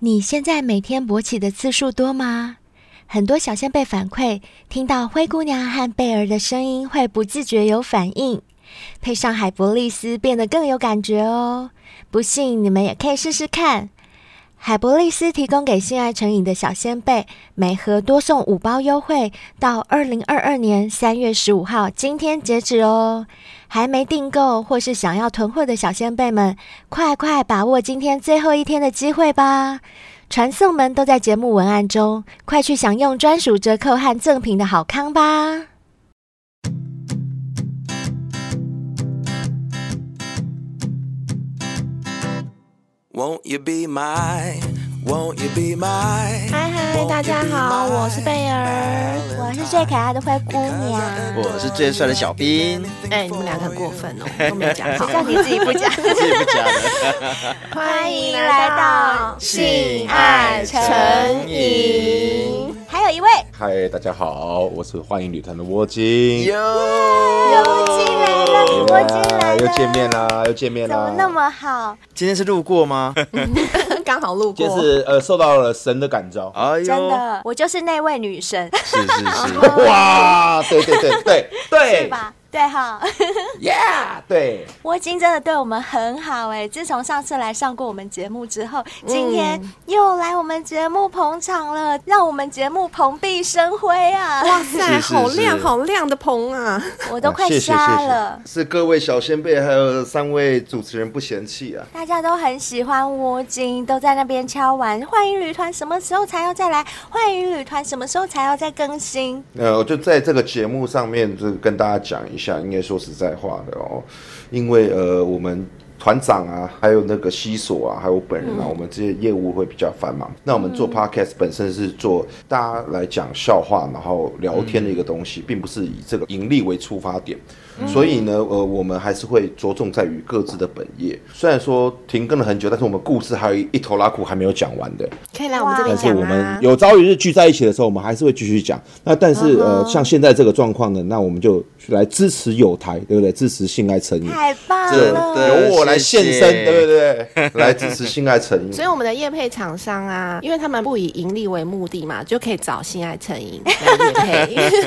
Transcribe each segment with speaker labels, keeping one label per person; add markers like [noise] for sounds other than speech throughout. Speaker 1: 你现在每天勃起的次数多吗？很多小先辈反馈，听到灰姑娘和贝儿的声音会不自觉有反应，配上海博利斯变得更有感觉哦。不信你们也可以试试看。海博利斯提供给性爱成瘾的小先辈，每盒多送五包优惠，到二零二二年三月十五号今天截止哦。还没订购或是想要囤货的小先辈们，快快把握今天最后一天的机会吧！传送门都在节目文案中，快去享用专属折扣和赠品的好康吧！
Speaker 2: Won't you be my? Won't you be my?
Speaker 3: 嗨嗨，大家好，我是贝儿。
Speaker 1: 我是最可爱的灰姑娘，
Speaker 4: 我是最帅的小兵，
Speaker 3: 哎、你们两个很过分哦，都没有讲好。
Speaker 1: 叫你自己不
Speaker 4: [laughs]
Speaker 1: 讲。
Speaker 4: 自己不讲了。
Speaker 3: 欢
Speaker 1: 迎来到
Speaker 4: 性爱成瘾。
Speaker 1: 还有一位
Speaker 5: 嗨，大家好，我是幻影旅团的窝精，
Speaker 4: 哟，
Speaker 1: 又进来了窝精来了
Speaker 5: 哎又见面啦，又见面
Speaker 1: 怎
Speaker 5: 啦，
Speaker 1: 么那？么好？
Speaker 4: 今天是路过吗？
Speaker 3: 刚好路过，
Speaker 5: 就是呃，受到了神的感
Speaker 6: 哦
Speaker 5: 召，
Speaker 4: 哎呦，
Speaker 1: 真的，我就是那位女神，
Speaker 4: 是是是，
Speaker 5: 哇，对对对对
Speaker 1: 对
Speaker 5: 对
Speaker 1: 吧？对哈，
Speaker 5: ，Yeah，对，
Speaker 1: 窝精真的对我们很好哎、自从上次来上过我们节目之后，今天又来我们节目捧场了，让我们节目蓬荜生辉啊！
Speaker 3: 哇塞，
Speaker 4: 是是
Speaker 3: 好亮
Speaker 4: 是
Speaker 3: 好亮的棚啊！
Speaker 1: [laughs] 我都快
Speaker 5: 谢谢
Speaker 1: 瞎
Speaker 5: 谢谢
Speaker 1: 了。
Speaker 6: 是各位小先辈还有三位主持人不嫌弃啊。
Speaker 1: 大家都很喜欢窝精，都在那边敲完。幻影旅团什么时候才要再来？幻影旅团什么时候才要再更新？
Speaker 6: 呃，我就在这个节目上面，就是跟大家讲一下，应该说实在话的哦，因为呃，我们团长啊，还有那个西索啊，还有我本人啊，我们这些业务会比较繁忙。那我们做 podcast 本身是做大家来讲笑话，然后聊天的一个东西，并不是以这个盈利为出发点。所以呢，呃，我们还是会着重在于各自的本业。虽然说停更了很久，但是我们故事还有一头拉苦还没有讲完的。
Speaker 3: 可以来我们这边
Speaker 5: 呃但是
Speaker 3: 讲
Speaker 5: 我
Speaker 3: 啊
Speaker 5: 们。有朝一日聚在一起的时候，我们还是会继续讲。那但是呃，像现在这个状况呢，那我们就来支持友台，对不对？支持性爱成瘾，
Speaker 1: 太棒
Speaker 4: 真
Speaker 1: 了！
Speaker 4: 的，
Speaker 5: 由我来现身，对不
Speaker 4: 对？
Speaker 5: 对？
Speaker 6: 来支持性爱成瘾。
Speaker 3: 所以我们的业配厂商啊，因为他们不以盈利为目的嘛，就可以找性爱成瘾来业配，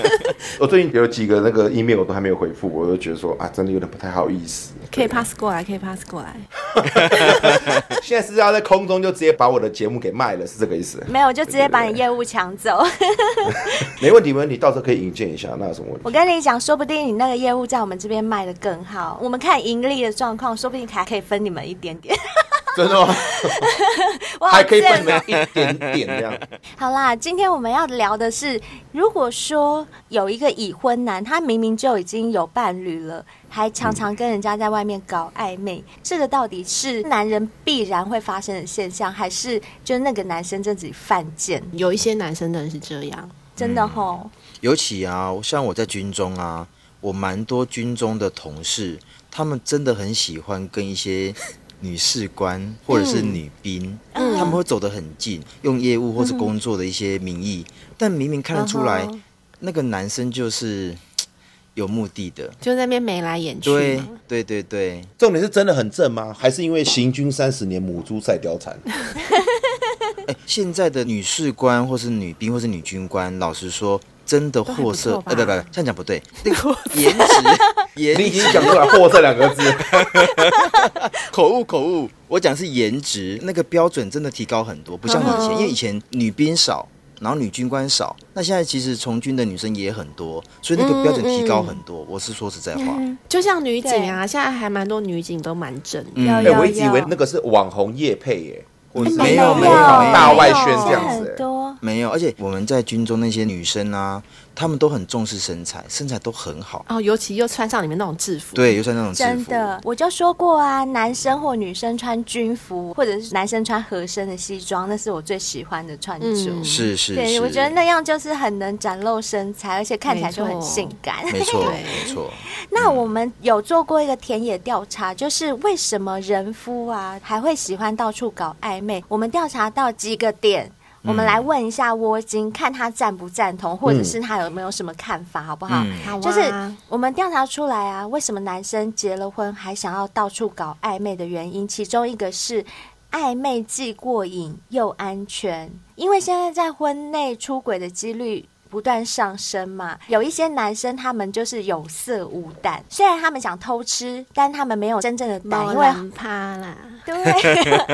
Speaker 6: 我最近有几个那个 email 我都还没有回复，我就觉得说啊，真的有点不太好意思。
Speaker 3: 可以 pass 过来，可以 pass 过来。
Speaker 5: 现在是要在空中就直接把我的节目给卖了，是这个意思？
Speaker 1: 没有，就直接把你业务抢
Speaker 5: [laughs]
Speaker 1: 走。
Speaker 6: 没问题，没问题，到时候可以引荐一下，那有什么问
Speaker 1: 我
Speaker 6: 题？
Speaker 1: 跟你讲，说不定你那个业务在我们这边卖的更好。我们看盈利的状况，说不定还可以分你们一点点。
Speaker 5: 真的吗？
Speaker 1: 哇
Speaker 5: [laughs] 还可以
Speaker 1: 这
Speaker 5: 分你们一点点这样。
Speaker 1: 好啦，今天我们要聊的是，如果说有一个已婚男，他明明就已经有伴侣了，还常常跟人家在外面搞暧昧，这个到底是男人必然会发生的现象，还是就那个男生自己犯贱？
Speaker 3: 有一些男生真的是这样，
Speaker 1: 真的吼，
Speaker 4: 尤其啊，像我在军中啊，我蛮多军中的同事，他们真的很喜欢跟一些女士
Speaker 1: 嗯
Speaker 4: 官或者是女兵，他们会走得很近，用业务或是工作的一些名义，但明明看得出
Speaker 1: 嗯
Speaker 4: 来，那个男生就是有目的的。
Speaker 3: 就在那边眉来眼去
Speaker 4: 对
Speaker 3: 嘛。
Speaker 4: 对对对，
Speaker 5: 重点是真的很正吗？还是因为行军三十年，母猪赛貂蝉？
Speaker 4: 哎，现在的女士官或是女兵或是女军官，老实说，真的货色
Speaker 3: 都，还
Speaker 4: 呃，
Speaker 3: 不
Speaker 4: 不不
Speaker 3: 错吧，
Speaker 4: 这样讲不
Speaker 3: [laughs]
Speaker 4: 对，那个颜值，
Speaker 5: 你
Speaker 4: 颜
Speaker 5: 已经讲出来“货”这两
Speaker 4: [laughs]
Speaker 5: 个字，
Speaker 4: 口误口误，我讲是颜值，那个标准真的提高很多，不像以前，
Speaker 3: 嗯
Speaker 4: 因为以前女兵少，然后女军官少，那现在其实从军的女生也很多，所以那个标准提高很
Speaker 3: 嗯
Speaker 4: 多。我是说实在话，
Speaker 3: 就像女警啊，现在还蛮多女警都蛮正
Speaker 4: 嗯
Speaker 3: 的。
Speaker 1: 有
Speaker 5: 哎、
Speaker 1: 有
Speaker 5: 我一直以为
Speaker 1: 有
Speaker 5: 那个是网红叶配耶，或者是
Speaker 4: 哎没有没有
Speaker 5: 大外宣
Speaker 1: 是
Speaker 6: 嗯
Speaker 5: 这样子
Speaker 1: 很
Speaker 5: 耶。
Speaker 1: 多。
Speaker 4: 没有，而且我们在军中那些女生啊，她们都很重视身材，身材都很好，
Speaker 3: 哦，尤其又穿上你们那种制服，
Speaker 4: 对，又穿那种制
Speaker 1: 真
Speaker 4: 服，
Speaker 1: 的，我就说过啊，男生或女生穿军服，或者是男生穿合身的西装，那是我最喜欢的穿着。
Speaker 3: 嗯
Speaker 4: 是是
Speaker 1: 对，
Speaker 4: 是，
Speaker 1: 我觉得那样就是很能展露身材，而且看起来就很性感。
Speaker 4: 没错
Speaker 3: 对
Speaker 1: [laughs]
Speaker 4: 没错。
Speaker 1: 那我们有做过一个田野调查，就是为什么人夫啊还会喜欢到处搞暧昧？我们调查到几个点。我们来问一下窝精，看他赞不赞同，或者是他有没有什么看法，好不好？
Speaker 4: 嗯
Speaker 3: 好啊
Speaker 1: 就是我们调查出来啊，为什么男生结了婚还想要到处搞暧昧的原因，其中一个是暧昧既过瘾又安全，因为现在在婚内出轨的几率。不断上升嘛，有一些男生他们就是有色无胆，虽然他们想偷吃，但他们没有真正的胆，
Speaker 3: 猫
Speaker 1: 因为
Speaker 3: 人趴啦，
Speaker 1: 对， [laughs]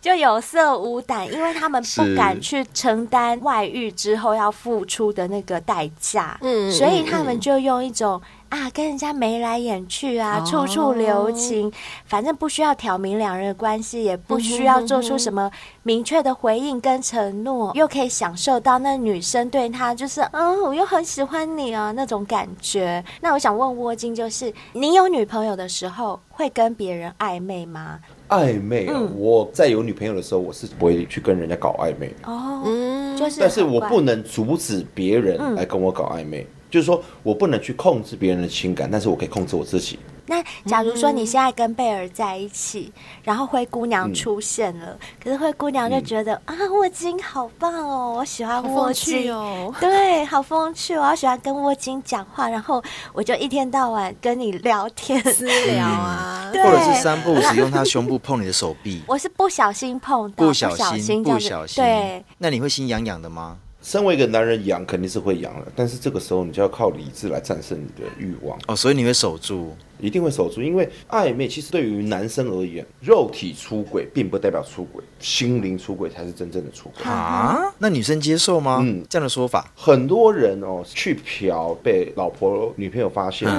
Speaker 1: 就有色无胆，因为他们不
Speaker 4: 是
Speaker 1: 敢去承担外遇之后要付出的那个代价，
Speaker 3: 嗯
Speaker 1: 所以他们就用一种。啊，跟人家眉来眼去啊，
Speaker 3: 哦
Speaker 1: 处处留情，反正不需要挑明两人的关系，也不需要做出什么明确的回应跟承诺，又可以享受到那女生对他就是，嗯，我又很喜欢你啊那种感觉。那我想问窝金，就是你有女朋友的时候会跟别人暧昧吗？
Speaker 6: 暧昧、啊，
Speaker 1: 嗯
Speaker 6: 我在有女朋友的时候，我是不会去跟人家搞暧昧的。
Speaker 1: 哦，
Speaker 3: 嗯，
Speaker 1: 就是，
Speaker 6: 但是我不，能阻止别人
Speaker 1: 嗯
Speaker 6: 来跟我搞暧昧，就是说我不能去控制别人的情感，但是我可以控制我自己。
Speaker 1: 那假如说
Speaker 6: 嗯
Speaker 1: 你现在跟贝尔在一起，然后灰姑娘出现了，可是灰姑娘
Speaker 6: 嗯
Speaker 1: 就觉得、啊，沃金好棒哦，我喜欢
Speaker 3: 好
Speaker 1: 沃
Speaker 3: 风
Speaker 1: 金
Speaker 3: 趣。哦。
Speaker 1: [laughs] 对，好风趣哦，我好喜欢跟沃金讲话，然后我就一天到晚跟你聊
Speaker 6: [laughs]
Speaker 1: 天。
Speaker 3: 私聊啊，
Speaker 1: 对，
Speaker 6: 嗯
Speaker 4: 或者是三不五时用他胸部碰你的手臂
Speaker 1: 我是不小心碰到，
Speaker 4: 不
Speaker 1: 不
Speaker 4: 小心，
Speaker 1: 这样
Speaker 4: 不
Speaker 1: 子
Speaker 4: 小心，
Speaker 1: 对，，
Speaker 4: 那你会心痒痒的吗？
Speaker 6: 身为一个男人，养肯定是会养的，但是这个时候你就要靠理智来战胜你的欲望，
Speaker 4: 哦，所以你会守住，
Speaker 6: 一定会守住。因为暧昧其实对于男生而言，肉体出轨并不代表出轨，心灵出轨才是真正的出轨。
Speaker 1: 嗯
Speaker 4: 啊？那女生接受吗？
Speaker 6: 嗯
Speaker 4: 这样的说法，
Speaker 6: 很多人哦去嫖被老婆女朋友发现。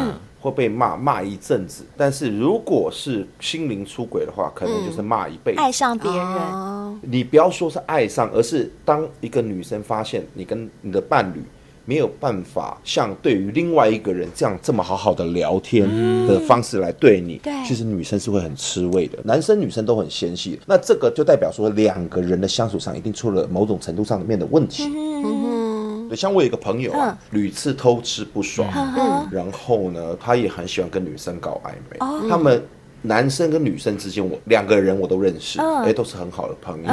Speaker 6: 会被骂骂一阵子，但是如果是心灵出轨的话，可能就是骂一辈子。
Speaker 1: 爱上别人，
Speaker 6: 啊
Speaker 3: 哦，
Speaker 6: 你不要说是爱上，而是当一个女生发现你跟你的伴侣没有办法像对于另外一个人这样这么好好的聊天的方式来对你，
Speaker 1: 对
Speaker 6: 其实女生是会很吃味的，男生女生都很纤细的。那这个就代表说两个人的相处上一定出了某种程度上面的问题。
Speaker 3: 嗯，
Speaker 6: 对，像我有一个朋友啊，屡次偷吃不爽，
Speaker 1: 嗯哦
Speaker 6: 然后呢，他也很喜欢跟女生搞暧昧。他们男生跟女生之间，我两个人我都认识，
Speaker 1: 嗯
Speaker 6: 哎、都是很好的朋友，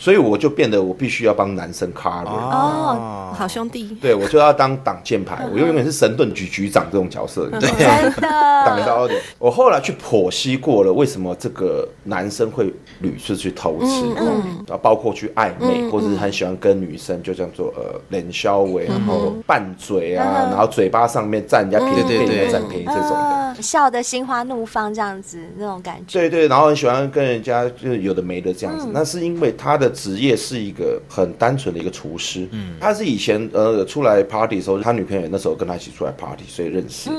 Speaker 6: 所以我就变得我必须要帮男生 cover。
Speaker 4: 啊
Speaker 1: 哦嗯
Speaker 3: 好兄弟，
Speaker 6: 对，我就要当挡箭牌，我永远是神盾局局长这种角色，你知道吗？
Speaker 1: 真
Speaker 6: [laughs] 挡
Speaker 1: 的，
Speaker 6: 到点。我后来去剖析过了，为什么这个男生会屡次去偷吃，
Speaker 3: 嗯
Speaker 6: 然后然后包括去暧昧，
Speaker 4: 嗯
Speaker 6: 或者是很喜欢跟女生就这样做，呃，冷消尾，然后拌嘴啊，然后嘴巴上面占人家便宜，
Speaker 4: 嗯对对
Speaker 6: 被人
Speaker 4: 对
Speaker 6: 家占便宜这种的。
Speaker 1: 嗯，笑得心花怒放这样子那种感觉，
Speaker 6: 对对，然后很喜欢跟人家就是有的没的这样子，那是因为他的职业是一个很单纯的一个厨师，嗯，他是以前呃出来 party 的时候，他女朋友那时候跟他一起出来 party，所以认识的。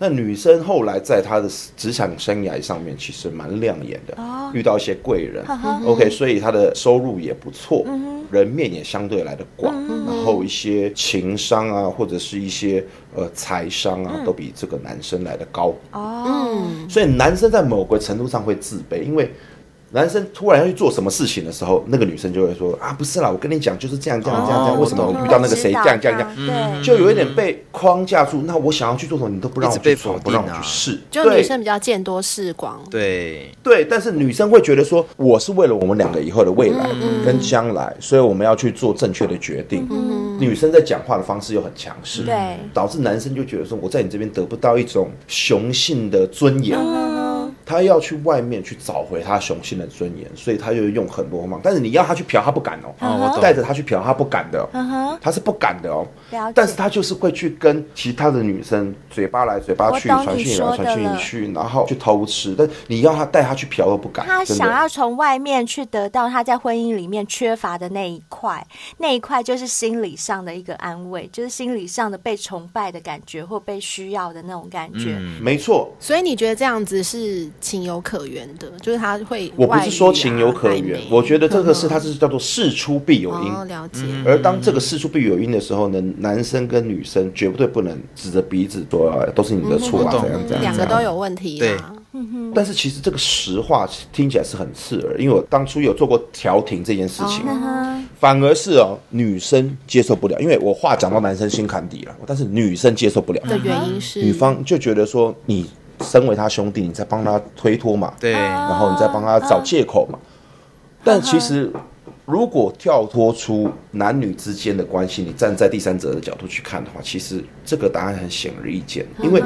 Speaker 6: 那女生后来在她的职场生涯上面其实蛮亮眼的，遇到一些贵人、o k 所以她的收入也不错，人面也相对来的广，然后一些情商啊，或者是一些呃财商啊，都比这个男生来的高。
Speaker 1: 哦，
Speaker 3: 嗯，
Speaker 6: 所以男生在某个程度上会自卑，因为男生突然要去做什么事情的时候，那个女生就会说啊，不是啦，我跟你讲就是这样这样
Speaker 1: 嗯
Speaker 6: 这样这
Speaker 1: 哦
Speaker 6: 样，为什么我遇到那个谁这样这样嗯这样，
Speaker 1: 样
Speaker 6: 就有一点被框架住。那我想要去做什么，你都不让我
Speaker 4: 一直
Speaker 6: 去
Speaker 4: 被
Speaker 6: 做，
Speaker 4: 否定啊
Speaker 6: 不让我去试。
Speaker 3: 嗯就女
Speaker 6: 对
Speaker 3: 生比较见多识广，
Speaker 4: 对，
Speaker 6: 对，但是女生会觉得说，我是为了我们两个以后的未来跟将来，所以我们要去做正确的决定。女生在讲话的方式又很强势，
Speaker 1: 对
Speaker 6: 导致男生就觉得说，我在你这边得不到一种雄性的尊严。
Speaker 1: 嗯
Speaker 6: 他要去外面去找回他雄性的尊严，所以他就用很多方法。但是你要他去嫖，他不敢哦。
Speaker 4: 哦我懂
Speaker 6: 带着他去嫖，他不敢的哦、
Speaker 1: 嗯哼，
Speaker 6: 他是不敢的哦
Speaker 1: 了解。
Speaker 6: 但是他就是会去跟其他的女生嘴巴来嘴巴去，
Speaker 1: 我懂
Speaker 6: 传
Speaker 1: 你
Speaker 6: 讯
Speaker 1: 说
Speaker 6: 来
Speaker 1: 的
Speaker 6: 传讯
Speaker 1: 了
Speaker 6: 去，然后去偷吃。但你要他带他去嫖都不敢，
Speaker 1: 他
Speaker 6: 真
Speaker 1: 想
Speaker 6: 的。
Speaker 1: 要从外面去得到他在婚姻里面缺乏的那一块，那一块就是心理上的一个安慰，就是心理上的被崇拜的感觉或被需要的那种感觉。
Speaker 6: 没错，
Speaker 3: 所以你觉得这样子是情有可原的，就是他会
Speaker 6: 我不是说情有可
Speaker 3: 外遇啊
Speaker 6: 原
Speaker 3: 暧昧，
Speaker 6: 我觉得这个是它是叫做事出必有因。
Speaker 3: 哦，了解，
Speaker 6: 而当这个事出必有因的时候呢，男生跟女生绝对不能指着鼻子说啊都是你的错啊，
Speaker 4: 嗯
Speaker 6: 怎样怎样。
Speaker 3: 两
Speaker 6: 怎
Speaker 3: 个
Speaker 6: 样
Speaker 3: 都有问题啊，
Speaker 6: 但是其实这个实话听起来是很刺耳，因为我当初有做过调停这件事情，
Speaker 1: 哦嗯
Speaker 6: 反而是哦女生接受不了，因为我话讲到男生心坎底了，但是女生接受不了，
Speaker 3: 的原因是
Speaker 6: 女方就觉得说你身为他兄弟，你在帮他推脱嘛，
Speaker 4: 对，
Speaker 1: 哦
Speaker 6: 然后你再帮他找借口嘛。但其实，如果跳脱出男女之间的关系，你站在第三者的角度去看的话，其实这个答案很显而易见，因为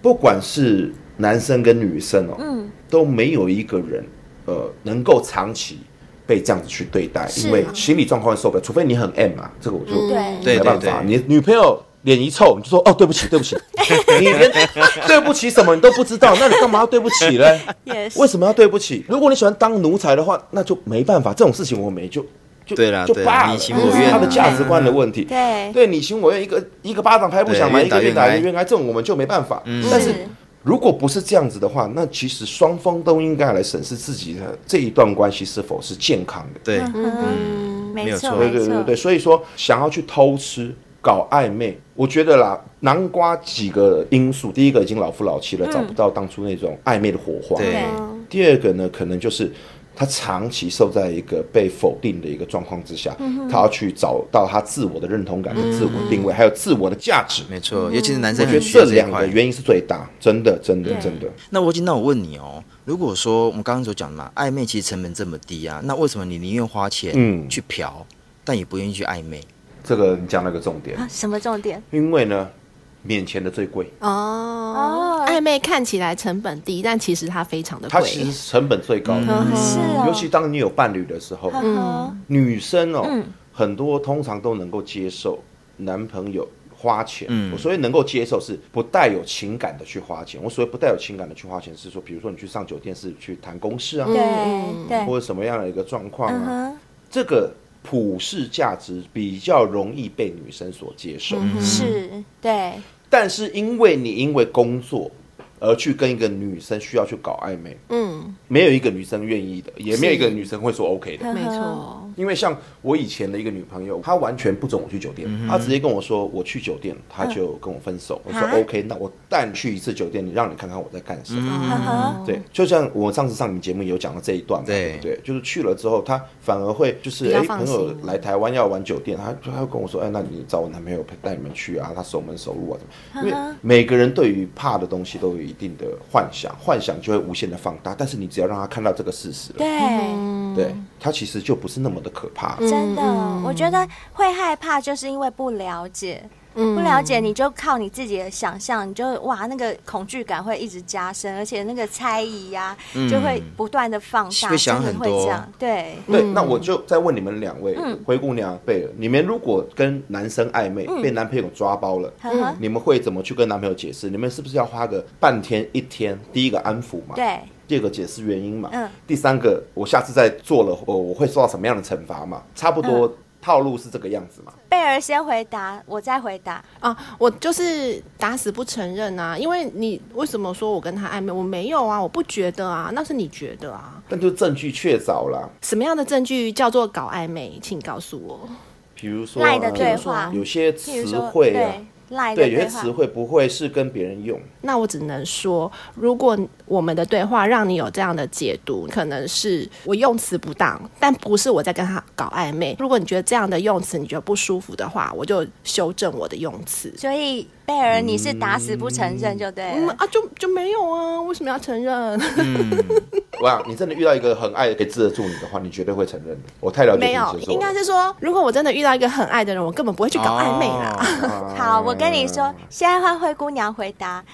Speaker 6: 不管是男生跟女生哦，都没有一个人呃能够长期被这样子去对待，因为心理状况会受不了，除非你很 M 嘛，这个我就
Speaker 1: 对
Speaker 4: 对
Speaker 6: 没办法。
Speaker 4: 对
Speaker 6: 你女朋友脸一臭，你就说哦对不起对不起，你连 [laughs] 对不起什么你都不知道，那你干嘛要对不起嘞？
Speaker 1: 也是
Speaker 6: 为什么要对不起？如果你喜欢当奴才的话，那就没办法，这种事情我没就就
Speaker 4: 对啦
Speaker 6: 就
Speaker 4: 对啦
Speaker 6: 罢了，
Speaker 4: 你情我愿
Speaker 6: 他的
Speaker 4: 啊
Speaker 6: 价值观的问题。
Speaker 1: 嗯对
Speaker 6: 对你情我愿，一个一个巴掌拍不响嘛，
Speaker 4: 对
Speaker 6: 一个
Speaker 4: 越
Speaker 6: 愿
Speaker 4: 打
Speaker 6: 打
Speaker 4: 越挨
Speaker 6: 一个
Speaker 4: 嗯
Speaker 6: 愿挨，这种我们就没办法。但是
Speaker 1: 是
Speaker 6: 如果不是这样子的话，那其实双方都应该来审视自己的这一段关系是否是健康的。
Speaker 4: 对，
Speaker 1: 嗯，没
Speaker 4: 没有
Speaker 1: 错，
Speaker 4: 错
Speaker 6: 对
Speaker 1: 没
Speaker 6: 对对
Speaker 1: 错，
Speaker 6: 对，所以说想要去偷吃、搞暧昧，我觉得啦，南瓜几个因素，第一个已经老夫老
Speaker 1: 嗯
Speaker 6: 妻了，找不到当初那种暧昧的火花。
Speaker 4: 对
Speaker 6: 第二个呢，可能就是他长期受在一个被否定的一个状况之下，
Speaker 1: 嗯
Speaker 6: 他要去找到他自我的认同感、跟自我定位，还有自我的价值。
Speaker 4: 没错，
Speaker 1: 嗯
Speaker 4: 尤其是男
Speaker 6: 我
Speaker 4: 生
Speaker 6: 觉得
Speaker 4: 很需要
Speaker 6: 这
Speaker 4: 这一
Speaker 6: 两个
Speaker 4: 块。
Speaker 6: 原因是最大，真的，真的，真的。
Speaker 4: 那我今那我问你哦，如果说我们刚刚所讲的嘛，暧昧其实成本这么低啊，那为什么你宁愿花钱
Speaker 6: 嗯
Speaker 4: 去嫖，但也不愿意去暧昧？
Speaker 6: 这个你讲了个重点，
Speaker 1: 啊什么重点？
Speaker 6: 因为呢，免钱的最贵，
Speaker 3: 哦
Speaker 1: 哦
Speaker 3: 暧昧看起来成本低，但其实它非常的
Speaker 6: 它其
Speaker 3: 贵
Speaker 6: 实。成本最高的。
Speaker 1: 是哦，
Speaker 6: 尤其当你有伴侣的时候，
Speaker 1: 嗯，
Speaker 6: 女生哦，很多通常都能够接受男朋友花钱。我所谓能够接受是不带有情感的去花钱。我所谓不带有情感的去花钱，是说，比如说你去上酒店是去谈公事啊，
Speaker 1: 对嗯对，
Speaker 6: 或者什么样的一个状况
Speaker 1: 嗯
Speaker 6: 啊，
Speaker 1: 哼，
Speaker 6: 这个普世价值比较容易被女生所接受。
Speaker 1: 嗯是，对，
Speaker 6: 但是因为你因为工作而去跟一个女生需要去搞暧昧，
Speaker 3: 嗯，
Speaker 6: 没有一个女生愿意的，也没有一个女生会说 OK 的。
Speaker 1: 嗯哼
Speaker 3: 没错，
Speaker 6: 因为像我以前的一个女朋友，她完全不准我去酒店，她直接跟我说我去酒店，她就跟我分手。我说
Speaker 1: 啊
Speaker 6: OK，那我带你去一次酒店，你让你看看我在干什么。
Speaker 3: 嗯
Speaker 1: 呵呵，
Speaker 3: 哦
Speaker 6: 对，就像我上次上你们节目有讲到这一段嘛，
Speaker 4: 对
Speaker 6: 对不对？就是去了之后，她反而会就是
Speaker 3: 比较
Speaker 6: 哎，
Speaker 3: 放
Speaker 6: 朋
Speaker 3: 心
Speaker 6: 友来台湾要玩酒店，她她会跟我说，哎，那你找我男朋友陪带你们去啊，他熟门熟路啊，
Speaker 3: 嗯
Speaker 6: 怎么？因为每个人对于怕的东西都有一定的幻想，幻想就会无限的放大，但是你只要让他看到这个事实了，
Speaker 1: 对，
Speaker 6: 对，他其实就不是那么的可怕了。
Speaker 1: 真的，我觉得会害怕，就是因为不了解。
Speaker 3: 嗯
Speaker 1: 不了解，你就靠你自己的想象，你就哇，那个恐惧感会一直加深，而且那个猜疑呀、就会不断的放大，
Speaker 4: 会想
Speaker 1: 真的
Speaker 4: 很
Speaker 1: 会
Speaker 4: 多
Speaker 1: 这样，对，
Speaker 6: 对，那我就再问你们两位，
Speaker 1: 嗯
Speaker 6: 灰姑娘贝尔，你们如果跟男生暧昧，被男朋友抓包了，
Speaker 1: 呵呵，
Speaker 6: 你们会怎么去跟男朋友解释？你们是不是要花个半天一天？第一个安抚嘛，
Speaker 1: 对，
Speaker 6: 第二个解释原因嘛，
Speaker 1: 嗯
Speaker 6: 第三个我下次再做了，我我会受到什么样的惩罚嘛？差不多
Speaker 1: 嗯
Speaker 6: 套路是这个样子嘛？
Speaker 1: 贝儿先回答，我再回答，
Speaker 3: 啊，我就是打死不承认啊，因为你为什么说我跟他暧昧？我没有啊，我不觉得啊，那是你觉得啊。
Speaker 6: 但就证据确凿啦，
Speaker 3: 什么样的证据叫做搞暧昧？请告诉我。
Speaker 6: 比如说
Speaker 1: 赖的
Speaker 6: 呃
Speaker 1: 对话
Speaker 6: 有些
Speaker 1: 譬如
Speaker 6: 词
Speaker 1: 说，
Speaker 6: 汇啊
Speaker 1: 对，，赖的
Speaker 6: 对，有些
Speaker 1: 对话
Speaker 6: 词，汇不会是跟别人用。
Speaker 3: 那我只能说，如果我们的对话让你有这样的解读，可能是我用词不当，但不是我在跟他搞暧昧。如果你觉得这样的用词你觉得不舒服的话，我就修正我的用词。
Speaker 1: 所以贝儿你是打死不承认就对
Speaker 3: 嗯
Speaker 1: 了，
Speaker 3: 啊，就就没有啊，为什么要承认？
Speaker 6: 我想，你真的遇到一个很爱可以治得住你的话，你绝对会承认的。我太了解
Speaker 3: 没
Speaker 6: 你
Speaker 3: 有
Speaker 6: 的，
Speaker 3: 应该是说，如果我真的遇到一个很爱的人，我根本不会去搞暧昧
Speaker 4: 哦
Speaker 3: 啦。
Speaker 1: 好，我跟你说，现在换灰姑娘回答。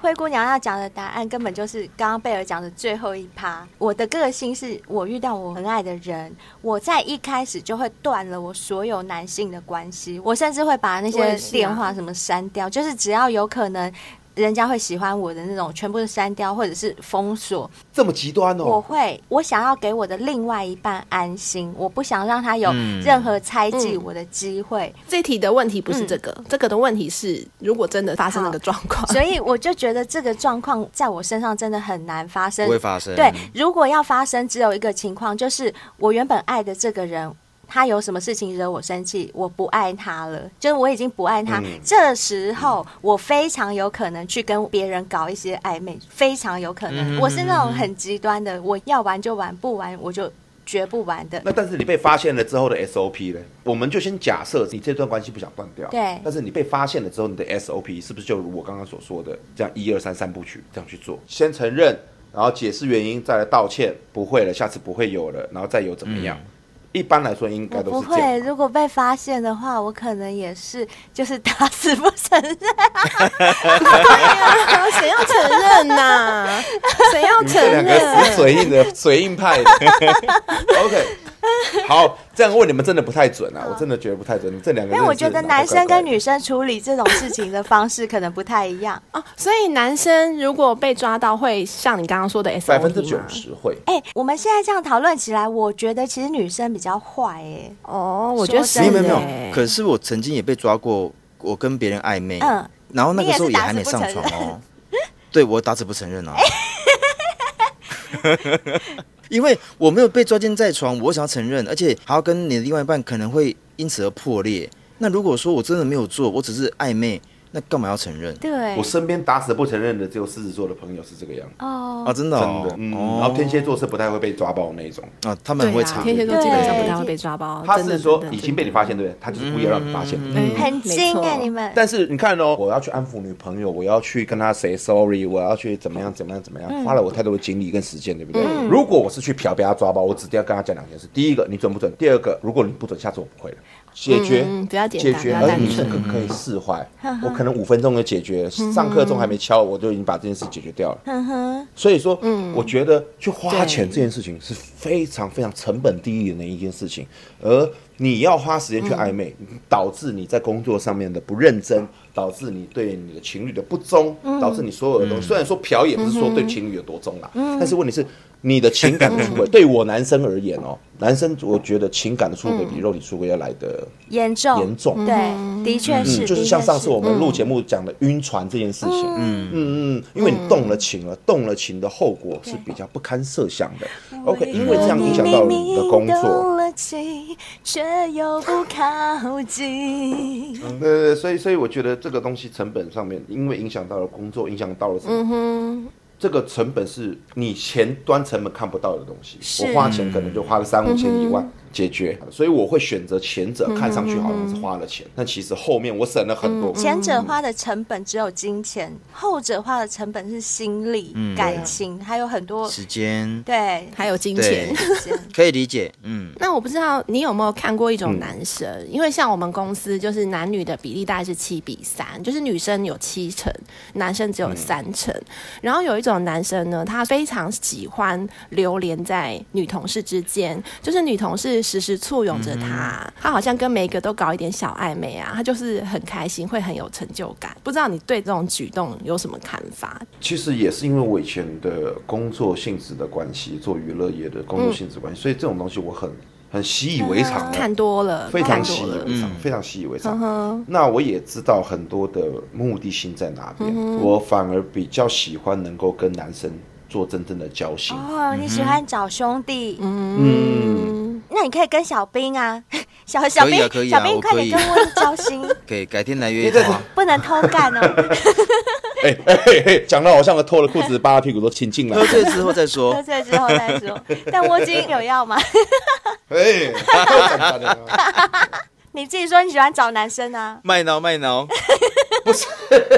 Speaker 1: 灰姑娘要讲的答案根本就是刚刚贝尔讲的最后一趴。我的个性是我遇到我很爱的人，我在一开始就会断了我所有男性的关系，我甚至会把那
Speaker 3: 我
Speaker 1: 些
Speaker 3: 也是啊
Speaker 1: 电话什么删掉，就是只要有可能人家会喜欢我的那种，全部都删掉或者是封锁。
Speaker 6: 这么极端
Speaker 1: 我
Speaker 6: 哦。
Speaker 1: 会，我想要给我的另外一半安心，我不想让他有
Speaker 3: 嗯
Speaker 1: 任何猜忌我的机会。
Speaker 3: 这题的问题不是这个，这个的问题是，如果真的发生那个状况， [laughs]
Speaker 1: 所以我就觉得这个状况在我身上真的很难发生，
Speaker 4: 不会发生
Speaker 1: 对，如果要发生，只有一个情况，就是我原本爱的这个人。他有什么事情惹我生气，我不爱他了，就是我已经不爱他。这时候我非常有可能去跟别人搞一些暧昧，非常有可能。我是那种很极端的，我要玩就玩，不玩我就绝不玩的。
Speaker 6: 那但是你被发现了之后的 SOP 呢？我们就先假设你这段关系不想断掉，
Speaker 1: 对
Speaker 6: 但是你被发现了之后，你的 SOP 是不是就如我刚刚所说的，这样一二三三部曲这样去做？先承认，然后解释原因，再来道歉，不会了，下次不会有了，然后再有怎么样？一般来说应该
Speaker 1: 嗯我
Speaker 6: 都
Speaker 1: 不
Speaker 6: 是这
Speaker 1: 会，
Speaker 6: 样吧。
Speaker 1: 如果被发现的话，我可能也是，就是打死不承认。
Speaker 3: 啊谁要承认呐、 [laughs] 谁要承
Speaker 6: 这两个
Speaker 3: 认
Speaker 6: 是？嘴硬的嘴硬派的。OK，好，这样问你们真的不太准啊，我真的觉得不太准。你们这两个
Speaker 1: 因
Speaker 6: 真
Speaker 1: 为
Speaker 6: 的是
Speaker 1: 我觉得
Speaker 6: 脑袋
Speaker 1: 男生
Speaker 6: 怪怪
Speaker 1: 跟
Speaker 6: 的
Speaker 1: 女生处理这种事情的方式可能不太一样。
Speaker 3: 哦，所以男生如果被抓到，会像你刚刚说的 S
Speaker 6: 百分之九十会。
Speaker 1: 哎、我们现在这样讨论起来，我觉得其实女生比较坏哎、
Speaker 3: 哦，我觉得是
Speaker 1: 说
Speaker 4: 没有
Speaker 1: 真
Speaker 4: 没
Speaker 1: 的
Speaker 4: 有没
Speaker 3: 欸
Speaker 4: 有，可是我曾经也被抓过，我跟别人暧昧，
Speaker 1: 嗯
Speaker 4: 然后那
Speaker 1: 你
Speaker 4: 个
Speaker 1: 也
Speaker 4: 时候
Speaker 1: 是
Speaker 4: 也
Speaker 1: 打
Speaker 4: 还
Speaker 1: 死
Speaker 4: 没
Speaker 1: 不
Speaker 4: 上
Speaker 1: 承
Speaker 4: 床
Speaker 1: [laughs]
Speaker 4: 哦，对我打死不承认啊， [laughs] 因为我没有被抓奸在床，我想要承认，而且还要跟你的另外一半可能会因此而破裂。那如果说我真的没有做，我只是暧昧，那干嘛要承认？
Speaker 1: 对
Speaker 6: 我，身边打死不承认的只有狮子座的朋友是这个样子，
Speaker 1: 哦，
Speaker 4: 啊，真的
Speaker 6: 真
Speaker 4: 哦
Speaker 6: 的。，嗯，
Speaker 4: 哦
Speaker 6: 然后天蝎座是不太会被抓包的那一种，
Speaker 4: 啊，他们
Speaker 3: 对
Speaker 4: 很会
Speaker 3: 啊，
Speaker 4: 查
Speaker 3: 天蝎座基本上不
Speaker 1: 对
Speaker 3: 太会被抓
Speaker 1: 哦
Speaker 3: 包。
Speaker 6: 他
Speaker 3: 真的
Speaker 6: 是说
Speaker 3: 真的
Speaker 6: 已经被你发现，对不对？他就是故意要让你发现。
Speaker 3: 嗯
Speaker 1: 很精哎、
Speaker 3: 没错
Speaker 1: 你们。
Speaker 6: 但是你看哦，我要去安抚女朋友，我要去跟她 say sorry，我要去怎么样怎么样怎么
Speaker 3: 嗯
Speaker 6: 样，花了我太多的精力跟时间，对不对？如果我是去嫖被她抓包，我只要跟她讲两件事：第一个，你准不准；第二个，如果你不准，下次我不会了。解决，
Speaker 3: 嗯嗯不要简
Speaker 6: 解
Speaker 3: 单
Speaker 6: 决，
Speaker 3: 不要
Speaker 6: 而
Speaker 3: 单
Speaker 6: 你是
Speaker 3: 纯嗯
Speaker 6: 可可以释怀。我可能五分钟就解决了，上课钟还没敲，我就已经把这件事解决掉了。所以说，我觉得去花钱这件事情是非常非常成本低的那一件事情，而你要花时间去暧昧，导致你在工作上面的不认真，导致你对你的情侣的不忠，导致你所有的东西。虽然说嫖也不是说对情侣有多忠啦，但是问题是你的情感的出轨，对我男生而言哦，男生我觉得情感的出轨比肉体出轨要来的
Speaker 1: 严重，
Speaker 6: 严重
Speaker 1: 对，的确是，
Speaker 6: 嗯，就
Speaker 1: 的
Speaker 6: 是
Speaker 1: 确
Speaker 6: 像上次
Speaker 1: 是
Speaker 6: 我们录节目讲的晕船这件事情，嗯嗯嗯，因为你动了情了，动了情的后果是比较不堪设想的。OK，因为这样影响到了你的工
Speaker 1: 明明
Speaker 6: 作，
Speaker 1: 动了情，却又不靠近。
Speaker 6: 对嗯对对，所以所以我觉得这个东西成本上面，因为影响到了工作，影响到了什么？这个成本是你前端成本看不到的东西，我花钱可能就花了三五千一万解决，所以我会选择前者，看上去好像是花了钱，但其实后面我省了很多。
Speaker 1: 前者花的成本只有金钱，后者花的成本是心力、感情，还有很多
Speaker 4: 时间，
Speaker 1: 对
Speaker 3: 还有金
Speaker 4: 对
Speaker 3: 钱。，
Speaker 4: 可以理解，嗯，
Speaker 3: 那我不知道你有没有看过一
Speaker 6: 嗯
Speaker 3: 种男生，因为像我们公司就是男女的比例大概是七比三，就是女生有七成，男生
Speaker 6: 嗯
Speaker 3: 只有三成。然后有一种男生呢，他非常喜欢流连在女同事之间，就是女同事时时簇拥着
Speaker 6: 嗯
Speaker 3: 他，他好像跟每一个都搞一点小暧昧啊，他就是很开心，会很有成就感。不知道你对这种举动有什么看法？
Speaker 6: 其实也是因为我以前的工作性质的关系，做娱乐业的工作性质关系，所以这种东西我很很习以为常了，
Speaker 3: 看多了，
Speaker 6: 呃非常
Speaker 3: 看
Speaker 6: 习
Speaker 3: 多
Speaker 6: 以
Speaker 3: 了。
Speaker 6: 为常，非常习以为常。那我也知道很多的目的性在哪边，我反而比较喜欢能够跟男生做真正的交心。
Speaker 1: 哦，你喜欢找兄弟，
Speaker 6: 嗯，
Speaker 1: 那你可以跟小兵啊， [laughs] 小小兵，
Speaker 4: 可以啊可以啊
Speaker 1: 小兵，
Speaker 4: 我
Speaker 1: 快
Speaker 4: 可
Speaker 1: 点
Speaker 4: 以
Speaker 1: 跟我交心，
Speaker 6: [laughs]
Speaker 4: 可以改天来约一下。
Speaker 1: 不能偷干哦。
Speaker 5: 哎哎嘿嘿，讲的好像我脱了裤子，扒了屁股都亲进来
Speaker 4: [laughs] 喝。醉之后再说
Speaker 6: 哦
Speaker 1: 喝。醉之后再
Speaker 6: [laughs]
Speaker 1: 说。但我已经有要吗？
Speaker 6: 哎，
Speaker 1: [laughs] 你自己说你喜欢找男生啊？
Speaker 4: 卖挠卖挠，
Speaker 6: [laughs]
Speaker 4: 不是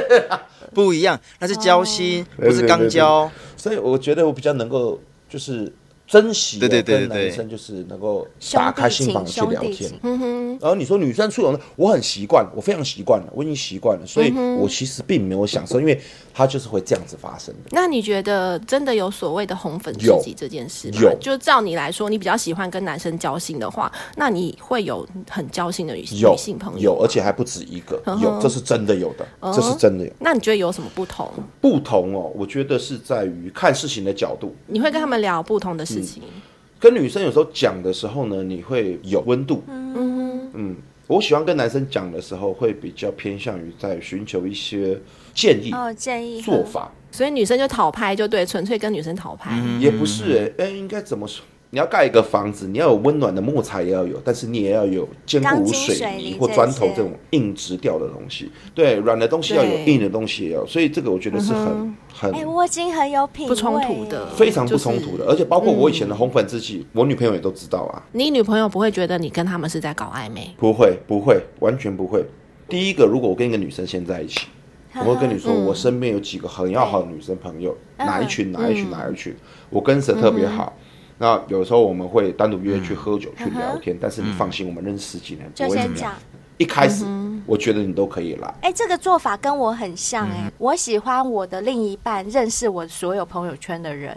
Speaker 4: [laughs] 不一样，那是交心，
Speaker 6: 哦
Speaker 4: 不是钢交。
Speaker 6: 所以我觉得我比较能够就是珍惜地
Speaker 4: 对对对
Speaker 6: 跟
Speaker 4: 对对
Speaker 6: 男生就是能够
Speaker 1: 兄
Speaker 6: 打
Speaker 1: 弟
Speaker 6: 开心
Speaker 1: 情，
Speaker 6: 房去
Speaker 1: 兄
Speaker 6: 聊
Speaker 1: 弟
Speaker 6: 天
Speaker 1: 情。。
Speaker 6: 然后你说女生出游呢，我很习惯，我非常习惯了，我已经习惯了，所以我其实并没有享受，因为它就是会这样子发生的。
Speaker 3: 那你觉得真的有所谓的红粉知己这件事吗
Speaker 6: 有？
Speaker 3: 就照你来说，你比较喜欢跟男生交心的话，那你会有很交心的女
Speaker 6: 有
Speaker 3: 女性朋友
Speaker 6: 有，
Speaker 3: 吗
Speaker 6: 而且还不止一个，
Speaker 3: 嗯哼
Speaker 6: 有这是真的有的，这是真的有
Speaker 3: 那你觉得有什么不同？
Speaker 6: 不同哦。我觉得是在于看事情的角度，
Speaker 3: 你会跟他们聊不同的事情？
Speaker 6: 嗯跟女生有时候讲的时候呢，你会有温度。嗯嗯，我喜欢跟男生讲的时候，会比较偏向于在寻求一些建议、
Speaker 1: 哦，建议
Speaker 6: 做法。
Speaker 3: 所以女生就讨拍就对，纯粹跟女生讨拍。
Speaker 6: 也不是诶、诶应该怎么说？你要盖一个房子，你要有温暖的木材也要有，但是你也要有坚固
Speaker 1: 钢
Speaker 6: 如
Speaker 1: 筋
Speaker 6: 水
Speaker 1: 水
Speaker 6: 泥
Speaker 1: 泥
Speaker 6: 或
Speaker 1: 这
Speaker 6: 砖头
Speaker 1: 些
Speaker 6: 这种硬质调的东西。对，软的东西要有，
Speaker 3: 对
Speaker 6: 硬的东西也要有，所以这个我觉得是很、很
Speaker 1: 哎、我已经很有品味，
Speaker 3: 不冲突的
Speaker 6: 非常不冲突的，而且包括我以前的红粉知己，我女朋友也都知道啊。
Speaker 3: 你女朋友不会觉得你跟他们是在搞暧昧？
Speaker 6: 不会，不会，完全不会。第一个，如果我跟一个女生先在一起，我会跟你
Speaker 1: 嗯
Speaker 6: 说，我身
Speaker 1: 嗯
Speaker 6: 边有几个很要好的女生朋友，哪一群，哪一群，哪一群，我跟谁特别好，那有时候我们会单独约去喝酒、去聊天，但是你放心，我们认识十几年，
Speaker 1: 就
Speaker 6: 不会怎
Speaker 1: 先
Speaker 6: 么样
Speaker 1: 讲。。嗯
Speaker 6: 一开始我觉得你都可以来，
Speaker 1: 哎、这个做法跟我很像哎、
Speaker 6: 嗯
Speaker 1: 我喜欢我的另一半认识我所有朋友圈的人，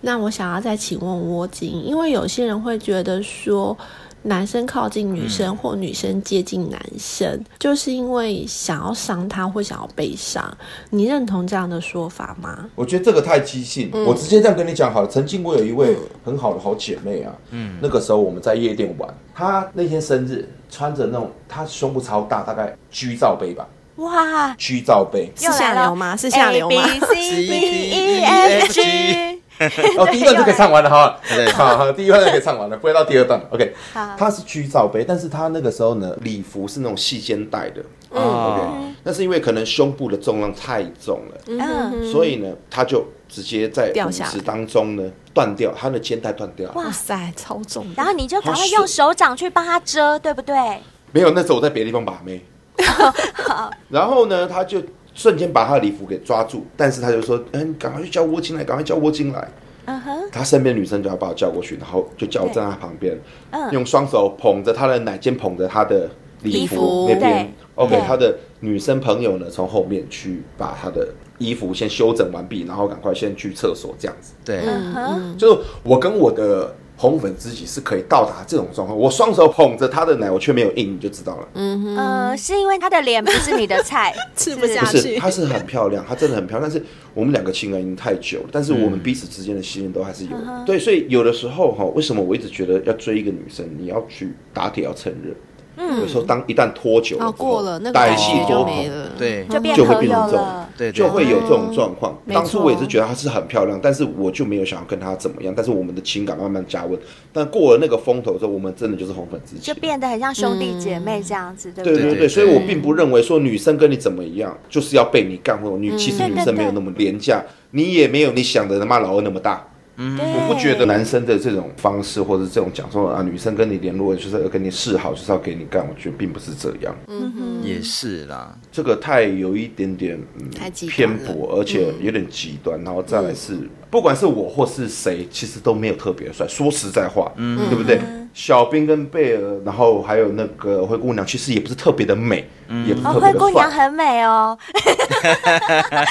Speaker 3: 那我想要再请问窝精，因为有些人会觉得说，男生靠近女生或女生接近男生，就是因为想要伤他或想要被伤，你认同这样的说法吗？。
Speaker 5: 我觉得这个太激进，
Speaker 1: 嗯
Speaker 5: 我直接这样跟你讲好了。曾经我有一位很好的好姐妹啊，嗯，那个时候我们在夜店玩，她那天生日穿着那种，她胸部超大，大概 G 罩杯吧
Speaker 1: 哇，
Speaker 5: ，G 罩杯
Speaker 3: 是下流吗？是下流吗
Speaker 1: A？B C D E F G，
Speaker 5: 哦，第一段就可以唱完了哈，
Speaker 4: 对
Speaker 5: 好，好第一段就可以唱完了，不会到第二段。OK，
Speaker 1: 好
Speaker 5: 她是 G 罩杯，但是她那个时候呢，
Speaker 6: 礼服是那种细肩带的，
Speaker 4: 哦，
Speaker 6: 那是因为可能胸部的重量太重了，
Speaker 1: 嗯，
Speaker 6: 所以呢，他就直接在
Speaker 3: 掉
Speaker 6: 舞
Speaker 3: 下来
Speaker 6: 池当中呢断掉，他的肩带断掉。
Speaker 3: 哇塞，超重的！
Speaker 1: 然后你就赶快用手掌去帮他遮，对不对？
Speaker 6: 没有，那时候我在别的地方把妹。然后呢，他就瞬间把他的礼服给抓住，但是他就说：“嗯、你赶快去叫窝进来，赶快叫窝进来。”
Speaker 1: 嗯哼，
Speaker 6: 他身边的女生就要把我叫过去，然后就叫我站在他旁边，
Speaker 1: 嗯
Speaker 6: 用双手捧着他的奶肩，捧着他的礼
Speaker 3: 礼服
Speaker 6: 服那边
Speaker 1: 对。
Speaker 6: OK，
Speaker 1: 对
Speaker 6: 他的女生朋友呢，从后面去把他的衣服先修整完毕，然后赶快先去厕所，这样子。
Speaker 4: 对，
Speaker 1: 嗯哼，
Speaker 6: 就是我跟我的红粉知己是可以到达这种状况，我双手捧着她的奶，我却没有硬，你就知道了。
Speaker 1: 呃，是因为他的脸不是你的 [laughs] 菜，
Speaker 3: 吃不下
Speaker 6: 不
Speaker 3: 去
Speaker 6: 是，她是很漂
Speaker 3: [laughs]
Speaker 6: 亮，她真的很漂亮，但是我们两个情感已经太久了，但是我们彼此之间的信任都还是有的。
Speaker 3: 嗯
Speaker 6: 对，所以有的时候哈，为什么我一直觉得要追一个女生，你要去打铁要趁热。嗯，有时候当一旦拖久了之
Speaker 3: 哦，
Speaker 6: 后，
Speaker 3: 过了那个
Speaker 6: 歹
Speaker 3: 感
Speaker 6: 戏
Speaker 3: 觉
Speaker 6: 拖
Speaker 3: 就
Speaker 6: 棚
Speaker 3: 没了。
Speaker 4: 对，
Speaker 1: 就变
Speaker 6: 就会
Speaker 1: 朋
Speaker 6: 变
Speaker 1: 友
Speaker 6: 成这种
Speaker 1: 了。
Speaker 4: 对，对
Speaker 6: 就会
Speaker 4: 对
Speaker 6: 有这种状况。
Speaker 3: 没错
Speaker 6: 当初我也是觉得她是很漂亮，但是我就没有想要跟她怎么样。但是我们的情感慢慢加温，但过了那个风头之后，我们真的就是红粉知己
Speaker 1: 就
Speaker 6: 了。
Speaker 1: 变得很像兄弟姐妹这样子，对不
Speaker 6: 对
Speaker 4: 对
Speaker 6: 对
Speaker 4: 对
Speaker 6: 对，所以我并不认为说女生跟你怎么样，就是要被你干或者女，其实
Speaker 1: 对
Speaker 6: 女
Speaker 1: 对
Speaker 6: 生没
Speaker 1: 嗯
Speaker 6: 有
Speaker 1: 对
Speaker 6: 那么廉价，你也没有你想的他妈老二那么大。
Speaker 1: 对，
Speaker 6: 我不觉得男生的这种方式或者这种讲说啊，女生跟你联络就是要跟你示好，就是要给你干，我觉得并不是这样，
Speaker 4: 也是啦，
Speaker 6: 这个太有一点点嗯
Speaker 3: 太极端
Speaker 6: 偏
Speaker 3: 了
Speaker 6: 颇，而且有点极端。然后再来是，不管是我或是谁，其实都没有特别帅。说实在话，嗯，对不对？小兵跟贝尔，然后还有那个灰姑娘，其实也不是特别的美，也不是
Speaker 1: 哦，
Speaker 6: 特
Speaker 1: 灰
Speaker 6: 别的
Speaker 1: 姑
Speaker 6: 帅
Speaker 1: 娘。很美哦。 [laughs]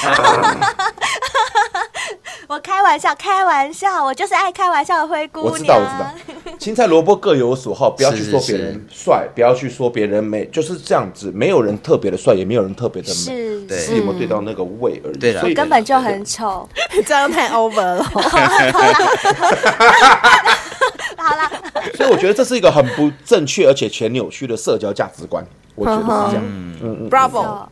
Speaker 1: 我开玩笑，开玩笑，我就是爱开玩笑的灰姑娘。
Speaker 6: 我知道，我知道，青菜萝卜各有所好，不要去说别
Speaker 4: 是
Speaker 6: 人帅，不要去说别人美，就是这样子。没有人特别的帅，也没有人特别的美，
Speaker 1: 是，
Speaker 4: 对
Speaker 6: 只是有没有对到那个位而已。
Speaker 4: 对啦
Speaker 6: 所以
Speaker 1: 根本就很丑。
Speaker 3: [laughs] 这样太
Speaker 1: [laughs]
Speaker 3: over 了。
Speaker 1: 好啦，
Speaker 6: 所以我觉得这是一个很不正确而且全扭曲的社交价值观。我觉得是这样。
Speaker 1: 嗯
Speaker 3: Bravo，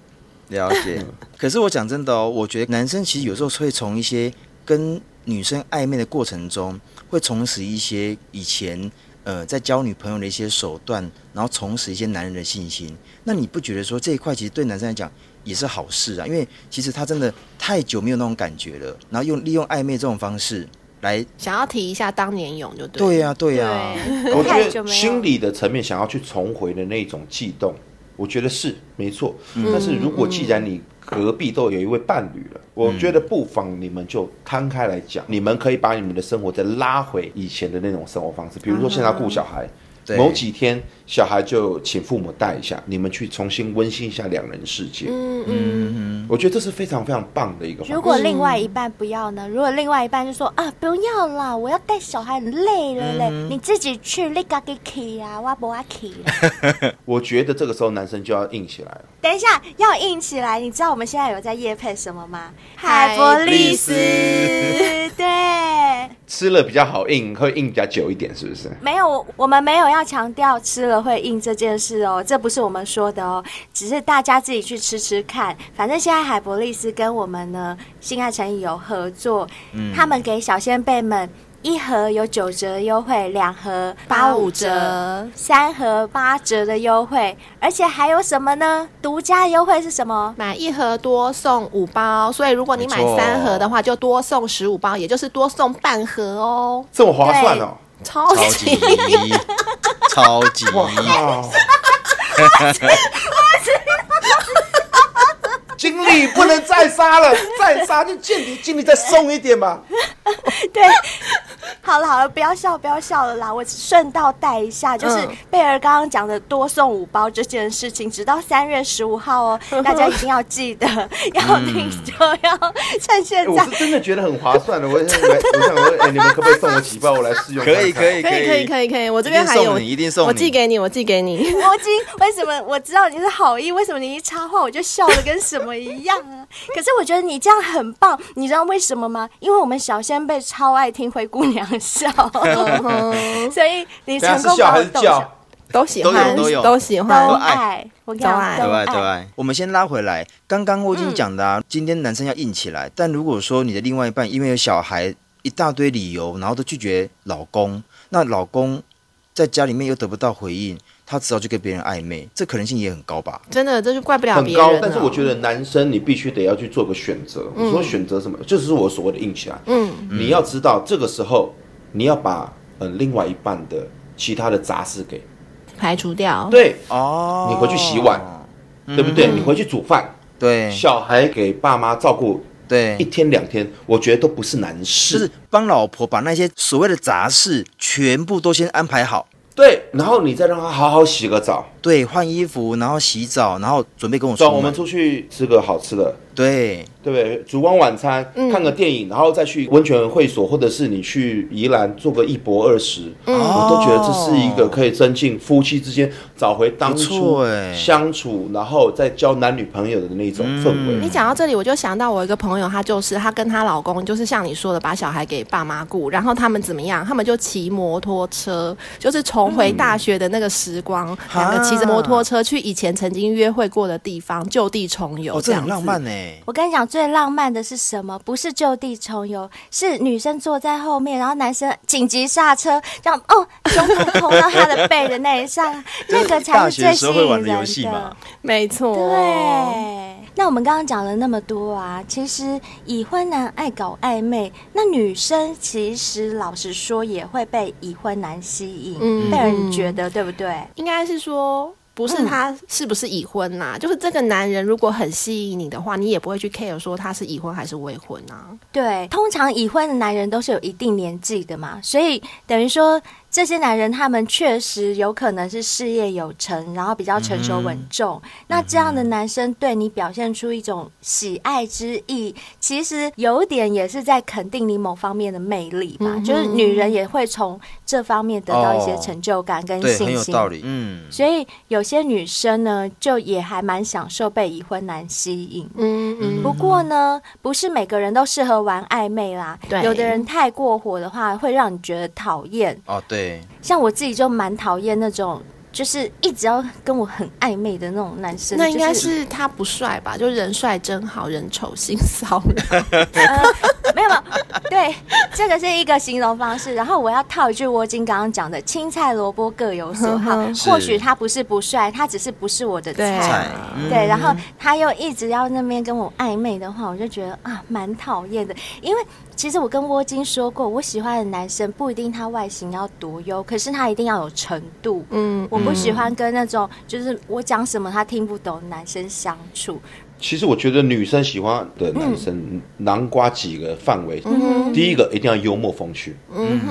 Speaker 4: 了解。可是我讲真的哦，我觉得男生其实有时候会从一些跟女生暧昧的过程中，会重拾一些以前呃在交女朋友的一些手段，然后重拾一些男人的信心。那你不觉得说这一块其实对男生来讲也是好事啊？因为其实他真的太久没有那种感觉了，然后用利用暧昧这种方式来，
Speaker 3: 想要提一下当年勇就对了。
Speaker 4: 对呀、对啊呀、
Speaker 6: 我
Speaker 1: 太
Speaker 6: 觉
Speaker 1: 久
Speaker 6: 得
Speaker 1: 没有
Speaker 6: 心理的层面想要去重回的那种悸动，我觉得是没错。
Speaker 1: 嗯
Speaker 6: 但是如果既然你隔壁都有一位伴侣了，我觉得不妨你们就摊开来讲，你们可以把你们的生活再拉回以前的那种生活方式，比如说现在顾小
Speaker 1: 嗯
Speaker 6: 孩。
Speaker 4: 对
Speaker 6: 某几天，小孩就请父母带一下，你们去重新温馨一下两人世界。
Speaker 3: 嗯嗯，
Speaker 6: 我觉得这是非常非常棒的一个方式。
Speaker 1: 如果另外一半不要呢？如果另外一半就说啊，不要啦，我要带小孩，很累了嘞，
Speaker 6: 嗯
Speaker 1: 你自己去，你家己去啊，我不要去 [laughs] 啦。
Speaker 6: 我觉得这个时候男生就要硬起来了。
Speaker 1: 等一下要硬起来，你知道我们现在有在夜配什么吗？
Speaker 3: 海
Speaker 1: 海
Speaker 3: 博
Speaker 1: 博
Speaker 3: 利
Speaker 1: 利
Speaker 3: 斯
Speaker 1: 斯， [laughs] 对，
Speaker 6: 吃了比较好硬，会硬比较久一点，是不是？
Speaker 1: 没有，我我们没有要强调吃了会硬这件事哦，这不是我们说的哦，只是大家自己去吃吃看。反正现在海博利斯跟我们呢性爱诚意有合作，他们给小先辈们。一盒有九折优惠，两盒
Speaker 3: 八
Speaker 1: 八
Speaker 3: 五
Speaker 1: 五
Speaker 3: 折
Speaker 1: 折，三盒八折的优惠，而且还有什么呢？独家优惠是什么？
Speaker 3: 买一盒多送五包，所以如果你买
Speaker 4: 没错
Speaker 3: 三盒的话，就多送十五包，也就是多送半盒哦。
Speaker 6: 这么划算哦！
Speaker 3: 超
Speaker 4: [laughs] 超级
Speaker 3: 级
Speaker 4: 超级。
Speaker 6: 哇！ [laughs] 经理不能 [laughs]
Speaker 1: [laughs]
Speaker 6: 再杀了，再杀就见底，经理再松一点吧。
Speaker 1: 对，好了好了，不要笑不要笑了啦，我顺道带一下，就是
Speaker 3: 嗯
Speaker 1: 贝儿刚刚讲的多送五包这件事情，直到三月十五号哦，大家一定要记得要听就要趁现
Speaker 6: 哎我
Speaker 1: 在
Speaker 6: 是。真的觉得很划算的， [laughs] 我我想说，哎，你们可不可以送我几包，我来试用看看？
Speaker 4: 可以可以
Speaker 3: 可以可以
Speaker 4: 以，
Speaker 3: 可以可以，我这边还有，
Speaker 4: 一定送你一定送你
Speaker 3: 我寄给你，我寄给
Speaker 4: [laughs]
Speaker 3: 你。
Speaker 1: 魔晶，为什么我知道你是好意？为什么你一插话我就笑的跟什么一样啊？可是我觉得你这样很棒，你知道为什么吗？因为我们小仙贝超爱听灰姑娘笑，
Speaker 3: 嗯
Speaker 1: 所以
Speaker 5: 等
Speaker 1: 你
Speaker 5: 一下
Speaker 1: 成
Speaker 5: 是
Speaker 1: 功
Speaker 5: 笑
Speaker 1: 把
Speaker 5: 还
Speaker 1: 我
Speaker 5: 是
Speaker 1: 逗
Speaker 5: 叫
Speaker 1: 笑，？
Speaker 3: 都喜
Speaker 4: 都有
Speaker 3: 欢，
Speaker 4: 都有
Speaker 3: 喜
Speaker 1: 都
Speaker 3: 欢，
Speaker 1: 爱，我跟你讲
Speaker 4: 对
Speaker 1: 都
Speaker 4: 吧？对
Speaker 1: 爱。
Speaker 4: 吧？我们先拉回来，刚刚我已经讲的
Speaker 6: 嗯
Speaker 4: 啊，今天男生要硬起来，但如果说你的另外一半因为有小孩一大堆理由，然后都拒绝老公，那老公在家里面又得不到回应，他只好去跟别人暧昧，这可能性也很高吧？
Speaker 3: 真的，这就怪不了
Speaker 6: 很
Speaker 3: 别人
Speaker 6: 高
Speaker 3: 了。，
Speaker 6: 但是我觉得男生你必须得要去做个选择。我说选择什么，就是我所谓的硬起来。嗯，你要知道这个时候你要把呃另外一半的其他的杂事给
Speaker 3: 排除掉，
Speaker 6: 对，
Speaker 4: 哦嗯
Speaker 6: 你回去洗碗，对不对？你回去煮饭，
Speaker 4: 对
Speaker 6: 小孩给爸妈照顾
Speaker 4: 对
Speaker 6: 一，天两天，我觉得都不是难
Speaker 4: 嗯
Speaker 6: 事。
Speaker 4: 就是帮老婆把那些所谓的杂事全部都先安排好。
Speaker 6: 对，然后你再让他好好洗个澡，
Speaker 4: 对，换衣服，然后洗澡，然后准备跟我出
Speaker 6: 走，
Speaker 4: 门。
Speaker 6: 啊我们出去吃个好吃的，
Speaker 4: 对，
Speaker 6: 对不对？烛光晚餐，看个电影，然后再去温泉会所，或者是你去宜兰做个一博二十，我都觉得这是一个可以增进夫妻之间找回当
Speaker 4: 不错
Speaker 6: 初
Speaker 4: 欸
Speaker 6: 相处，然后再交男女朋友的那种氛围
Speaker 3: 你。讲到这里，我就想到我一个朋友，她就是她跟她老公，就是像你说的，把小孩给爸妈顾，然后他们怎么样？他们就骑摩托车，就是重回大学的那个时光，两、个骑着摩托车去以前曾经约会过的地方，就地重游，
Speaker 4: 哦，
Speaker 3: 这
Speaker 4: 这
Speaker 3: 样
Speaker 4: 很浪
Speaker 3: 子
Speaker 4: 漫。呢。
Speaker 1: 我跟你讲，最浪漫的是什么？不是就地重游，是女生坐在后面，然后男生紧急刹车，这样哦，胸部碰到她的背的那一下，那个才是最吸引人的。
Speaker 3: 没错，
Speaker 1: 对。那我们刚刚讲了那么多啊，其实已婚男爱搞暧昧，那女生其实老实说也会被已婚男吸引。
Speaker 3: 嗯
Speaker 1: 贝尔，你觉得对不对？
Speaker 3: 应该是说。不是他是不是已婚呐、就是这个男人如果很吸引你的话，你也不会去 care 说他是已婚还是未婚啊。
Speaker 1: 对，通常已婚的男人都是有一定年纪的嘛，所以等于说这些男人他们确实有可能是事业有成，然后比较成熟
Speaker 4: 嗯
Speaker 1: 稳重。那这样的男生对你表现出一种喜爱之意，其实有点也是在肯定你某方面的魅力
Speaker 4: 嗯
Speaker 1: 吧。就是女人也会从这方面得到一些
Speaker 4: 哦
Speaker 1: 成就感跟
Speaker 4: 对，很
Speaker 1: 信
Speaker 4: 有
Speaker 1: 心。
Speaker 4: 道理。嗯，
Speaker 1: 所以有些女生呢，就也还蛮享受被已婚男吸引。
Speaker 3: 嗯嗯，
Speaker 1: 不过呢，不是每个人都适合玩暧昧啦。
Speaker 3: 对
Speaker 1: 有的人太过火的话，会让你觉得讨厌。
Speaker 4: 哦，对，
Speaker 1: 像我自己就蛮讨厌那种，就是一直要跟我很暧昧的那种男生。
Speaker 3: 那应该
Speaker 1: 就是
Speaker 3: 他不帅吧？就人帅真好，人丑心骚扰。
Speaker 1: 呃没有没有，对，这个是一个形容方式。然后我要套一句窝金刚刚讲的“青菜萝卜各有所好”，
Speaker 3: 嗯
Speaker 1: 或许他不是不帅，他只是不是我的
Speaker 3: 对
Speaker 1: 菜
Speaker 4: 菜。
Speaker 3: 嗯
Speaker 1: 对，然后他又一直要那边跟我暧昧的话，我就觉得啊，蛮讨厌的。因为其实我跟窝金说过，我喜欢的男生不一定他外形要多优，可是他一定要有程度。
Speaker 3: 嗯，
Speaker 1: 我不喜欢跟那种就是我讲什么他听不懂的男生相处。
Speaker 6: 其实我觉得女生喜欢的男生，南瓜几个范围，
Speaker 3: 嗯
Speaker 6: 第一个一定要幽默风趣，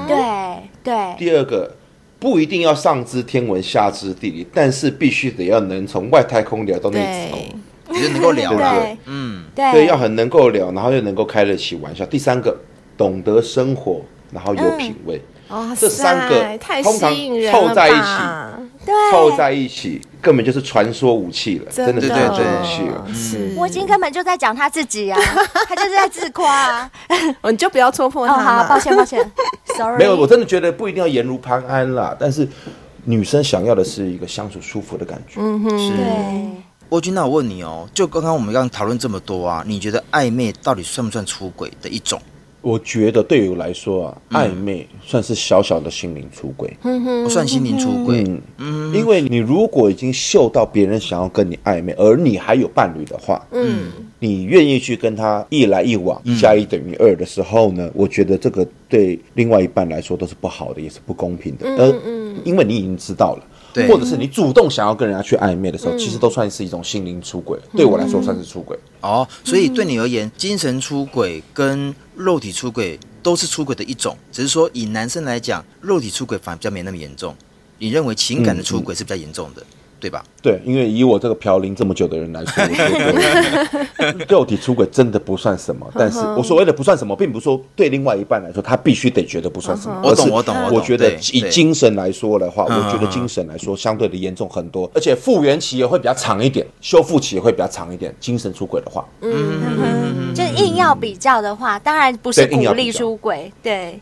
Speaker 1: 对对，
Speaker 6: 第二个不一定要上知天文下知地理，但是必须得要能从外太空聊到
Speaker 3: 对
Speaker 6: 内层。，
Speaker 4: 你就能够聊啦。
Speaker 1: 对
Speaker 4: 嗯，
Speaker 1: 对
Speaker 6: 对，要很能够聊，然后又能够开得起玩笑。第三个，懂得生活，然后有品味，
Speaker 3: 哇
Speaker 6: 这三个
Speaker 3: 太
Speaker 6: 通常
Speaker 3: 吸引人了
Speaker 6: 凑在一起
Speaker 3: 吧
Speaker 1: 对，
Speaker 6: 凑在一起根本就是传说武器了，真的
Speaker 3: 的
Speaker 6: 是
Speaker 4: 对
Speaker 6: 传
Speaker 4: 对
Speaker 6: 说武器了。
Speaker 3: 是，
Speaker 1: 摸金根本就在讲他自己啊，他就是在自夸啊。
Speaker 6: 嗯
Speaker 3: 我你就不要戳破
Speaker 1: 哦，
Speaker 3: 他
Speaker 1: 好，
Speaker 3: 嘛
Speaker 1: 抱歉抱歉，sorry。
Speaker 6: 没有，我真的觉得不一定要颜如潘安啦，但是女生想要的是一个相处舒服的感
Speaker 3: 嗯
Speaker 6: 觉。
Speaker 4: 是。
Speaker 1: 对，
Speaker 4: 沃君，那我问你哦，就刚刚我们刚刚讨论这么多啊，你觉得暧昧到底算不算出轨的一种？
Speaker 6: 我觉得对我来说啊，暧昧算是小小的心灵出轨。
Speaker 4: 不算心灵出轨？
Speaker 6: 嗯嗯，因为你如果已经嗅到别人想要跟你暧昧，而你还有伴侣的话，嗯，你愿意去跟他一来一往，一加一等于二的时候呢，我觉得这个对另外一半来说都是不好的，也是不公平的。呃，因为你已经知道了。
Speaker 4: 对
Speaker 6: 或者是你主动想要跟人家去暧昧的时候，其实都算是一种心灵出轨。对我来说，算是出轨。
Speaker 4: 哦，所以对你而言，精神出轨跟肉体出轨都是出轨的一种，只是说以男生来讲，肉体出轨反而比较没那么严重。你认为情感的出轨是比较严重的，对吧？
Speaker 5: 对，因为以我这个嫖龄这么久的人来说，我觉得肉体出轨真的不算什么。但是我所谓的不算什么，并不是说对另外一半来说，他必须得觉得不算什么。
Speaker 4: 我懂
Speaker 5: 而是
Speaker 4: 我懂我懂
Speaker 5: 我觉得
Speaker 4: 对
Speaker 5: 以
Speaker 4: 对
Speaker 5: 精神来说的话，
Speaker 4: 嗯
Speaker 5: 我觉得精神来说相对的严重很多，而且复原期也会比较长一点，修复期也会比较长一点。精神出轨的话，
Speaker 1: 就硬要比较的话，当然不是
Speaker 5: 对硬
Speaker 1: 鼓
Speaker 5: 要
Speaker 1: 励
Speaker 5: 比较
Speaker 1: 出轨，对，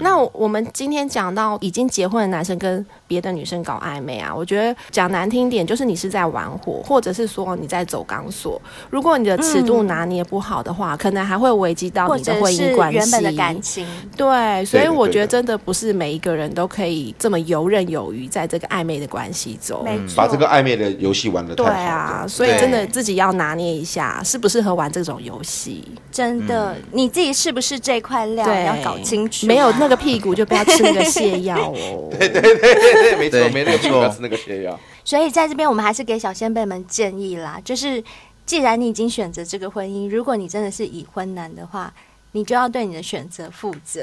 Speaker 3: 那我们今天讲到已经结婚的男生跟别的女生搞暧昧啊，我觉得讲难听点，就是你是在玩火，或者是说你在走钢索。如果你的尺度拿捏不好的话，可能还会危及到
Speaker 1: 嗯或
Speaker 3: 你的
Speaker 1: 者
Speaker 3: 婚
Speaker 1: 是
Speaker 3: 姻关系。
Speaker 1: 原本的感情，
Speaker 3: 对，所以
Speaker 6: 对的
Speaker 3: 我觉
Speaker 6: 对
Speaker 3: 得
Speaker 6: 的
Speaker 3: 真的不是每一个人都可以这么游刃有余在这个暧昧的关系中。
Speaker 1: 没错，
Speaker 6: 把这个暧昧的游戏玩嗯的太
Speaker 3: 对
Speaker 6: 好了。
Speaker 3: 啊，所以
Speaker 4: 对
Speaker 3: 真的自己要拿捏一下，适不适合玩这种游戏。
Speaker 1: 真的、你自己是不是这块料
Speaker 3: 对，
Speaker 1: 啊要搞清楚，啊
Speaker 3: 没有那个屁股就不要吃那个泻药哦。
Speaker 6: [laughs] 对，没错
Speaker 4: 对，
Speaker 6: 没那
Speaker 4: 没
Speaker 6: 个
Speaker 4: 错
Speaker 6: 必要吃那个泻药。
Speaker 1: 所以在这边，我们还是给小先辈们建议啦，就是既然你已经选择这个婚姻，如果你真的是已婚男的话，你就要对你的选择负责，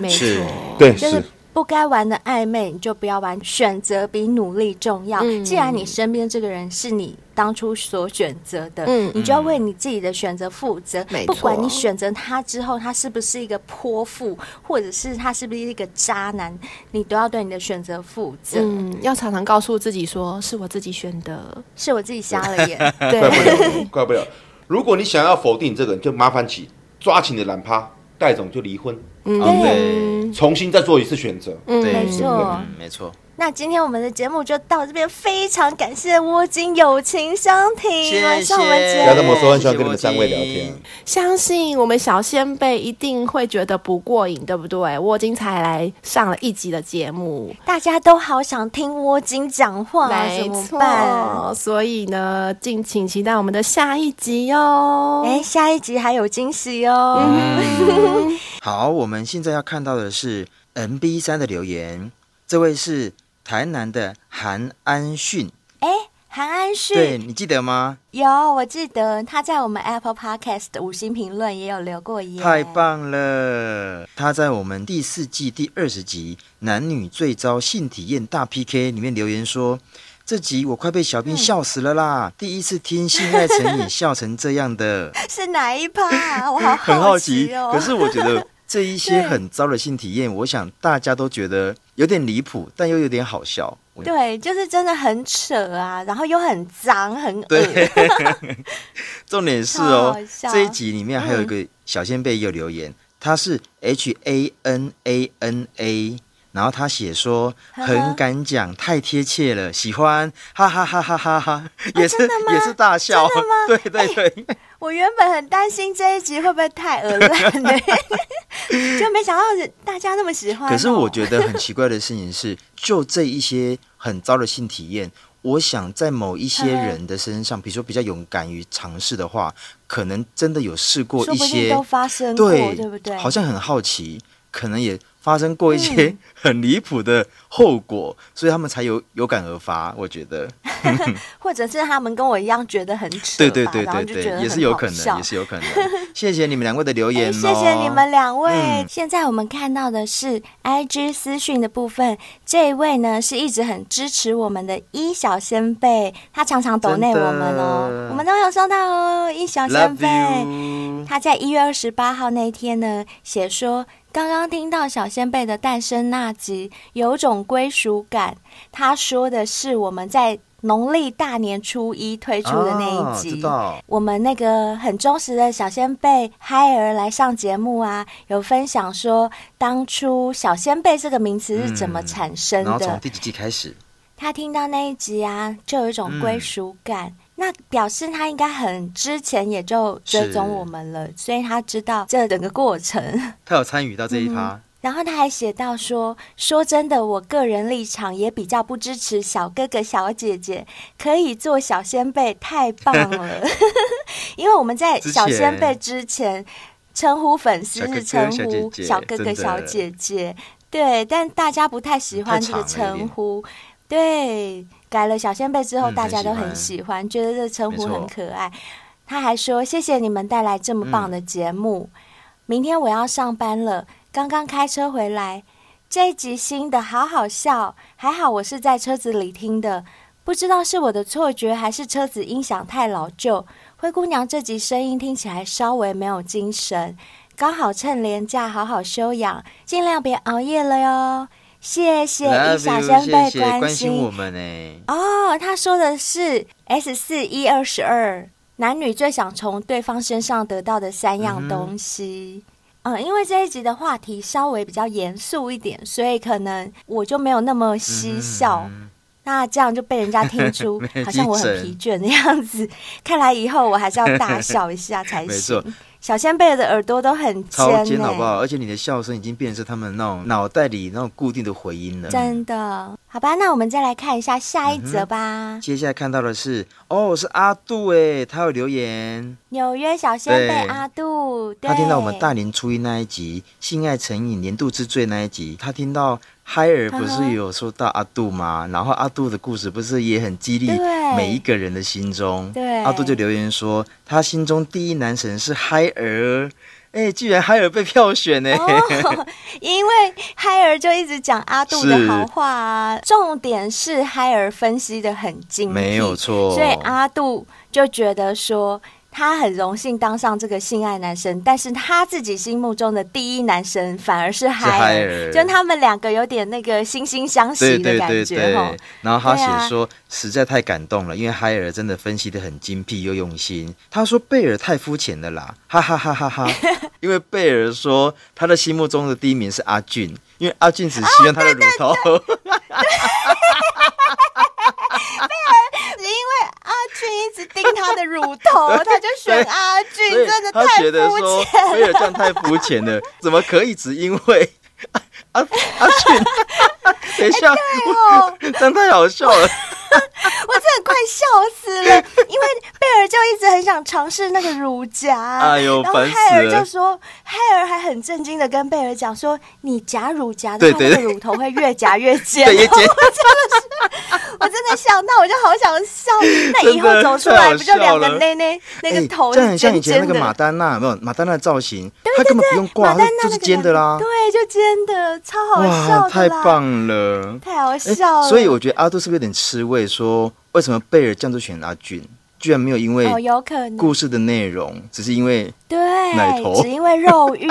Speaker 3: 没错，
Speaker 4: 是
Speaker 5: 对，
Speaker 1: 就是。不该玩的暧昧，你就不要玩。选择比努力重要。
Speaker 3: 嗯
Speaker 1: 既然你身边这个人是你当初所选择的，
Speaker 3: 嗯
Speaker 1: 你就要为你自己的选择负责。
Speaker 3: 没
Speaker 1: 不
Speaker 3: 错
Speaker 1: 管你选择他之后，他是不是一个泼妇，或者是他是不是一个渣男，你都要对你的选择负责。
Speaker 3: 嗯，要常常告诉自己说是我自己选的，
Speaker 1: 是我自己瞎了眼。
Speaker 6: [laughs] 怪
Speaker 3: 对，
Speaker 6: 不了，怪不了。如果你想要否定这个，你就麻烦起抓起你的懒趴，带走你就离婚，
Speaker 4: 哦对
Speaker 6: 重新再做一次选择。
Speaker 4: 对，
Speaker 1: 没错
Speaker 4: 嗯没错。
Speaker 1: 那今天我们的节目就到这边，非常感谢窝金友情相挺来上我们节
Speaker 4: 不
Speaker 5: 不要
Speaker 1: 目。
Speaker 5: 这么说，很喜欢跟你们三位聊天。
Speaker 3: 相信我们小先辈一定会觉得不过瘾，对不对？我已经才来上了一集的节目，
Speaker 1: 大家都好想听窝金讲话，哦怎
Speaker 3: 没
Speaker 1: 么办？
Speaker 3: 错，所以呢，敬请期待我们的下一集哦。
Speaker 1: 哎，下一集还有惊喜哦！
Speaker 4: 好，我们现在要看到的是 MB 三的留言，这位是台南的韩安迅，
Speaker 1: 哎、韩安
Speaker 4: 对
Speaker 1: 旭
Speaker 4: 你记得吗？
Speaker 1: 有，我记得他在我们 Apple Podcast 的五星评论也有留过言，
Speaker 4: 太！棒了！他在我们第四季第二十集《男女最遭性体验大 PK》里面留言说。这集我快被
Speaker 1: 嗯
Speaker 4: 小兵笑死了啦！第一次听性爱成
Speaker 1: [laughs]
Speaker 4: 瘾笑成这样的，
Speaker 1: 是哪一
Speaker 4: [laughs]
Speaker 1: 趴？啊我好
Speaker 4: 很好奇
Speaker 1: 奇哦。。
Speaker 4: 可是我觉得这一些很糟的性体验，我想大家都觉得有点离谱，但又有点好笑。我
Speaker 1: 对，就是真的很扯啊，然后又很脏，很 [laughs] 恶
Speaker 4: 对，重点是
Speaker 1: 超
Speaker 4: 哦
Speaker 1: 好，笑
Speaker 4: 这一集里面还有一个小先辈也有留言，他是 H A N A N A，然后他写说
Speaker 1: 呵呵
Speaker 4: 很敢讲，太贴切了，喜欢，哈哈哈哈哈
Speaker 1: 啊
Speaker 4: 哈，也是也是大笑， [laughs] 对对对，
Speaker 1: 我原本很担心这一集会不会太恶烂
Speaker 4: [laughs]
Speaker 1: 呢，就没想到大家那么喜欢哦、
Speaker 4: 可是我觉得很奇怪的事情是，就这一些很糟的性体验，我想在某一些人的身上，比如说比较勇敢于尝试的话，可能真的有试过
Speaker 1: 说
Speaker 4: 一
Speaker 1: 不定
Speaker 4: 些
Speaker 1: 都发生过，
Speaker 4: 对
Speaker 1: 对不对？
Speaker 4: 好像很好奇，可能也发生过一些
Speaker 1: 嗯
Speaker 4: [laughs] 很离谱的后果，所以他们才有有感而发。我
Speaker 1: [laughs]
Speaker 4: 觉得，
Speaker 1: 或者是他们跟我一样觉得很扯吧，
Speaker 4: 对对对
Speaker 1: 然后
Speaker 4: 对
Speaker 1: 就觉得
Speaker 4: 对，
Speaker 1: 很
Speaker 4: 也是有
Speaker 1: 好
Speaker 4: 可能，
Speaker 1: 笑
Speaker 4: 也是有可能。
Speaker 1: [laughs]
Speaker 4: 谢谢你们两位的留
Speaker 1: 哎
Speaker 4: 言、哦，
Speaker 1: 谢谢你们。两位。
Speaker 4: 嗯
Speaker 1: 现在我们看到的是 IG 私讯的部分，这一位呢是一直很支持我们的一小先辈，他常常抖内
Speaker 4: 真的
Speaker 1: 我们哦，我们都有收到哦，一小先
Speaker 4: Love
Speaker 1: 辈。
Speaker 4: you，
Speaker 1: 他在一月二十八号那一天呢，写说刚刚听到小先辈的诞生那集，有种归属感。他说的是我们在农历大年初一推出的那一
Speaker 4: 啊
Speaker 1: 集。
Speaker 4: 知道
Speaker 1: 我们那个很忠实的小先辈嗨儿来上节目啊，有分享说当初“小先辈”这个名词是怎么产生
Speaker 4: 嗯然后
Speaker 1: 的。
Speaker 4: 从第几季开始？
Speaker 1: 他听到那一集啊，就有一种归属感。那表示他应该很之前也就追踪我们了，所以他知道这整个过程。
Speaker 4: 他有参与到这一趴，
Speaker 1: 然后他还写到说：“说真的，我个人立场也比较不支持小哥哥、小姐姐可以做小先辈，太棒了。因为我们在
Speaker 4: 之前
Speaker 1: 小先辈之前称呼粉丝是
Speaker 4: 小哥
Speaker 1: 称
Speaker 4: 哥
Speaker 1: 呼小
Speaker 4: 小
Speaker 1: 哥哥、
Speaker 4: 姐姐真的
Speaker 1: 小姐姐，对，但大家不太喜欢这个
Speaker 4: 太长了有
Speaker 1: 称
Speaker 4: 点
Speaker 1: 呼，对。”改了小先辈之后，
Speaker 4: 嗯
Speaker 1: 大家都很
Speaker 4: 很
Speaker 1: 喜
Speaker 4: 喜
Speaker 1: 欢，觉得这称呼
Speaker 4: 没错
Speaker 1: 很可爱。
Speaker 4: 嗯
Speaker 1: 他还说：“谢谢你们带来这么棒的节目，明天我要上班了，刚刚开车回来，这一集新的好好笑，还好我是在车子里听的，不知道是我的错觉还是车子音响太老旧。灰姑娘这集声音听起来稍微没有精神，刚好趁廉价好好休养，尽量别熬夜了哟。谢谢一
Speaker 4: Love
Speaker 1: 小
Speaker 4: you，
Speaker 1: 先
Speaker 4: 谢
Speaker 1: 辈
Speaker 4: 谢关心
Speaker 1: 心
Speaker 4: 我们哎呢、
Speaker 1: 哦，他说的是 S 四一二十二，男女最想从对方身上得到的三样东西。嗯因为这一集的话题稍微比较严肃一点，所以可能我就没有那么嬉笑。
Speaker 4: 嗯
Speaker 1: 那这样就被人家听
Speaker 4: [laughs]
Speaker 1: 出
Speaker 4: 没
Speaker 1: 好像我很疲倦的样子，看来以后我还是要大笑一下才
Speaker 4: 没错
Speaker 1: 行。小先辈的耳朵都很尖、欸，
Speaker 4: 超尖好不好？而且你的笑声已经变成是他们那种脑袋里那种固定的回音了。
Speaker 1: 欸真的，好吧，那我们再来看一下下一则吧。
Speaker 4: 接下来看到的是，哦，是阿杜哎，他有留言，
Speaker 1: 纽约小仙贝
Speaker 4: 对
Speaker 1: 阿杜，对
Speaker 4: 他听到我们大年初一那一集《性爱成瘾年度之最》那一集，他听到嗨尔不是有说到阿杜吗？然后阿杜的故事不是也很激励
Speaker 1: 对
Speaker 4: 每一个人的心中？
Speaker 1: 对
Speaker 4: 阿杜就留言说，他心中第一男神是嗨尔，哎，居然嗨尔被票选呢、
Speaker 1: 哦，因为嗨儿就一直讲阿杜的好话、啊，重点是嗨儿分析的很精辟，
Speaker 4: 没有错
Speaker 1: 所以阿杜就觉得说。他很荣幸当上这个性爱男神，但是他自己心目中的第一男神反而是嗨
Speaker 4: 嗨
Speaker 1: 儿，
Speaker 4: 儿
Speaker 1: 就他们两个有点那个惺惺 [laughs] 相惜
Speaker 4: 对
Speaker 1: 的
Speaker 4: 对
Speaker 1: 感
Speaker 4: 对
Speaker 1: 觉
Speaker 4: 对
Speaker 1: 哈。，
Speaker 4: 然后他
Speaker 1: 对啊
Speaker 4: 写说、实在太感动了，因为海尔真的分析的很精辟又用心。他说贝尔太肤浅了啦，哈 [laughs] 哈哈哈哈
Speaker 1: [laughs]
Speaker 4: 因为贝尔说他的心目中的第一名是阿俊，因为阿俊只
Speaker 1: 哦
Speaker 4: 希望他的乳头。
Speaker 1: 因为阿俊一直盯他的乳头，
Speaker 4: [laughs]
Speaker 1: 他就选阿俊，
Speaker 4: [laughs] 所以
Speaker 1: 真的
Speaker 4: 他
Speaker 1: 太
Speaker 4: 觉得
Speaker 1: 肤
Speaker 4: 说
Speaker 1: 浅
Speaker 4: 威尔这样太肤浅了，怎么可以只因为阿阿阿俊？ [laughs] 等一下，
Speaker 1: 哦。
Speaker 4: 我 [laughs] 这样太好笑
Speaker 1: [laughs]
Speaker 4: 了。
Speaker 1: 我真的快笑死了，因为贝尔就一直很想尝试那个乳夹，
Speaker 4: 哎呦
Speaker 1: 然后
Speaker 4: 烦死
Speaker 1: 海尔
Speaker 4: 了
Speaker 1: 就说，海尔还很震惊的跟贝尔讲说，你夹乳夹的
Speaker 4: 对
Speaker 1: 话，
Speaker 4: 对
Speaker 1: 那个
Speaker 4: 对
Speaker 1: 乳头会越夹越尖。
Speaker 4: 对越
Speaker 1: 我
Speaker 4: 尖
Speaker 1: 真的是，我真的想到我就好想
Speaker 4: [laughs]
Speaker 1: 笑。那以后
Speaker 4: 真的
Speaker 1: 走出来
Speaker 4: 太好
Speaker 1: 不就两个
Speaker 4: 笑了
Speaker 1: 内内那
Speaker 4: 哎，
Speaker 1: 个头
Speaker 4: 这样很
Speaker 1: 是
Speaker 4: 像以
Speaker 1: 尖尖
Speaker 4: 前那
Speaker 1: 的
Speaker 4: 个？马丹娜，有没有马丹娜的造型，她根本不用
Speaker 1: 马
Speaker 4: 挂，
Speaker 1: 丹
Speaker 4: 她
Speaker 1: 娜
Speaker 4: 就
Speaker 1: 那
Speaker 4: 是
Speaker 1: 个
Speaker 4: 尖的
Speaker 1: 两
Speaker 4: 啦
Speaker 1: 个。对，就尖的，超好笑
Speaker 4: 哇，
Speaker 1: 的
Speaker 4: 太
Speaker 1: 啦，
Speaker 4: 棒了！
Speaker 1: 太好
Speaker 4: 哎
Speaker 1: 笑了。
Speaker 4: 所以我觉得阿杜是不是有点吃味？说为什么贝尔这样就选阿俊，居然没有因为
Speaker 1: 哦，有可能
Speaker 4: 故事的内容，只是因为
Speaker 1: 对
Speaker 4: 奶，头
Speaker 1: 只因为肉
Speaker 4: [laughs]
Speaker 1: 欲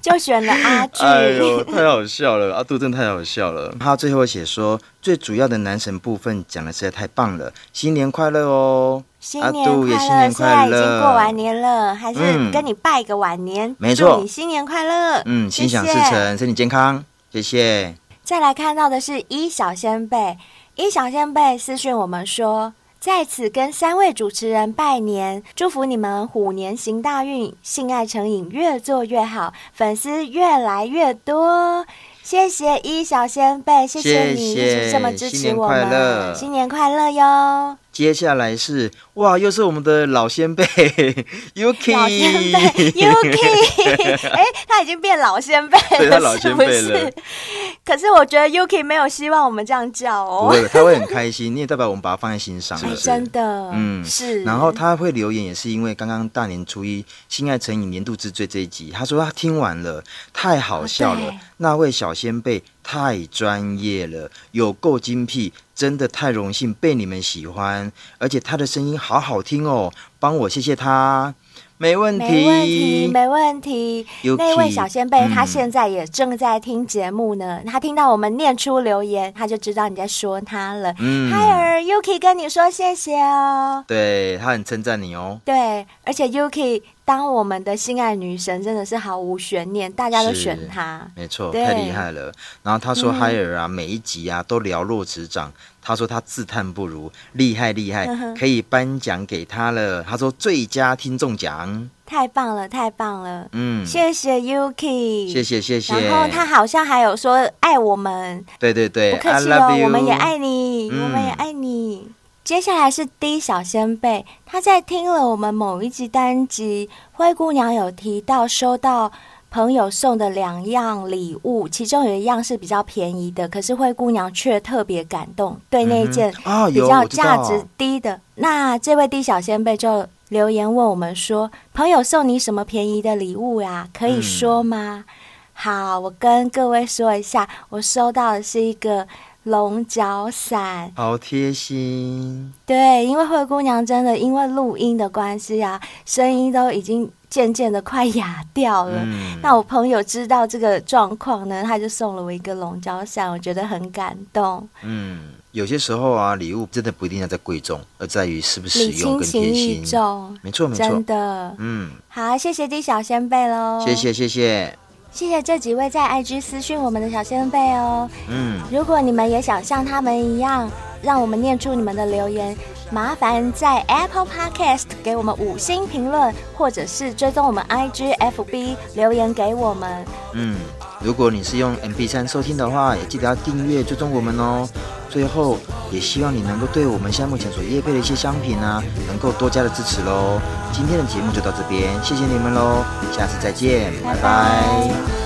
Speaker 1: 就选了阿俊。
Speaker 4: 哎呦，太好笑了！阿杜真的太好笑了。他最后写说，最主要的男神部分讲的实在太棒了，新年快乐哦！
Speaker 1: 新
Speaker 4: 阿
Speaker 1: 年
Speaker 4: 杜也
Speaker 1: 快
Speaker 4: 新
Speaker 1: 乐！
Speaker 4: 年
Speaker 1: 虽然
Speaker 4: 快
Speaker 1: 已
Speaker 4: 乐，
Speaker 1: 经过完。年了，还是
Speaker 4: 嗯
Speaker 1: 跟你拜个晚年。
Speaker 4: 没错
Speaker 1: 祝你新年快乐。
Speaker 4: 嗯，心想
Speaker 1: 谢
Speaker 4: 事
Speaker 1: 谢。
Speaker 4: 成，身体健康，谢谢。
Speaker 1: 再来看到的是一小先辈，一小先辈私讯我们说，在此跟三位主持人拜年，祝福你们虎年行大运，性爱成瘾越做越好，粉丝越来越多。谢谢一小先辈，谢你
Speaker 4: 谢谢
Speaker 1: 一直这么支持
Speaker 4: 新年
Speaker 1: 我
Speaker 4: 快
Speaker 1: 们，
Speaker 4: 乐
Speaker 1: 新年快乐哟！
Speaker 4: 接下来是哇，又是我们的老
Speaker 1: [laughs]
Speaker 4: 先辈 Yuki，
Speaker 1: 老先辈
Speaker 4: [laughs]
Speaker 1: Yuki，哎、他已经变老先辈了，
Speaker 4: 对他老先辈
Speaker 1: 是不是
Speaker 4: 了？
Speaker 1: 可是我觉得 Yuki 没有希望我们这样叫
Speaker 4: 不
Speaker 1: 哦，
Speaker 4: 会，他会很开心，因为代表我们把他放在心上
Speaker 1: 哎，
Speaker 4: 了。
Speaker 1: [laughs] 真的，
Speaker 4: 嗯
Speaker 1: 是。
Speaker 4: 然后他会留言，也是因为刚刚大年初一《性爱成瘾年度之最》这一集，他说他听完了，太好笑
Speaker 1: 哦
Speaker 4: 了，
Speaker 1: 对
Speaker 4: 那位小先辈太专业了，有够精辟，真的太荣幸被你们喜欢，而且他的声音好好听哦，帮我谢谢他，没问题，
Speaker 1: 没问题，没问题。
Speaker 4: Yuki，
Speaker 1: 那位小先辈，
Speaker 4: 嗯
Speaker 1: 他现在也正在听节目呢。他听到我们念出留言，他就知道你在说他了。
Speaker 4: 嗯
Speaker 1: 嗨儿，Yuki 跟你说谢谢哦。
Speaker 4: 对他很称赞你哦。
Speaker 1: 对，而且 Yuki 当我们的心爱女神真的是毫无悬念，大家都
Speaker 4: 是
Speaker 1: 选她。
Speaker 4: 没错，
Speaker 1: 对嗯
Speaker 4: 太厉害了。然后他说海尔啊，每一集啊都寥落指掌。他说他自叹不如，厉害厉害
Speaker 1: 嗯哼，
Speaker 4: 可以颁奖给他了。他说最佳听众奖，
Speaker 1: 太棒了，太棒了！
Speaker 4: 嗯，
Speaker 1: 谢谢 Yuki，
Speaker 4: 谢。谢谢谢。
Speaker 1: 然后他好像还有说爱我们，
Speaker 4: 对对对，
Speaker 1: 不客气
Speaker 4: I
Speaker 1: 哦
Speaker 4: love，you
Speaker 1: 我们也爱你，我们也
Speaker 4: 嗯
Speaker 1: 爱你。接下来是 D 小先辈，他在听了我们某一集单集，灰姑娘有提到收到朋友送的两样礼物，其中有一样是比较便宜的，可是灰姑娘却特别感动，对那一件
Speaker 4: 嗯啊
Speaker 1: 比
Speaker 4: 有
Speaker 1: 较
Speaker 4: 我知道
Speaker 1: 价值低的。那这位 D 小先辈就啊
Speaker 4: 嗯
Speaker 1: 留言问我们说，朋友送你什么便宜的礼物呀、可以说吗？好，我跟各位说一下，我收到的是一个龙角伞。
Speaker 4: 好贴心，
Speaker 1: 对，因为灰姑娘真的因为录音的关系啊，声音都已经渐渐的快哑掉了。
Speaker 4: 嗯
Speaker 1: 那我朋友知道这个状况呢，他就送了我一个龙角伞，我觉得很感动。
Speaker 4: 嗯，有些时候啊，礼物真的不一定要在贵重，而在于是不是
Speaker 1: 礼
Speaker 4: 实用
Speaker 1: 轻情
Speaker 4: 跟贴
Speaker 1: 意
Speaker 4: 心。
Speaker 1: 重，
Speaker 4: 没错没错
Speaker 1: 真，的。
Speaker 4: 嗯，
Speaker 1: 好，谢谢 D 小先辈喽，
Speaker 4: 谢谢谢谢，
Speaker 1: 谢谢这几位在 IG 私讯我们的小先辈哦。
Speaker 4: 嗯，
Speaker 1: 如果你们也想像他们一样，让我们念出你们的留言，麻烦在 Apple Podcast 给我们五星评论，或者是追踪我们 IG、FB 留言给我们。
Speaker 4: 嗯，如果你是用 MP 3收听的话，也记得要订阅追踪我们哦。最后，也希望你能够对我们现在目前所业配的一些商品啊，能够多加的支持喽。今天的节目就到这边，谢谢你们喽，下次再见，拜拜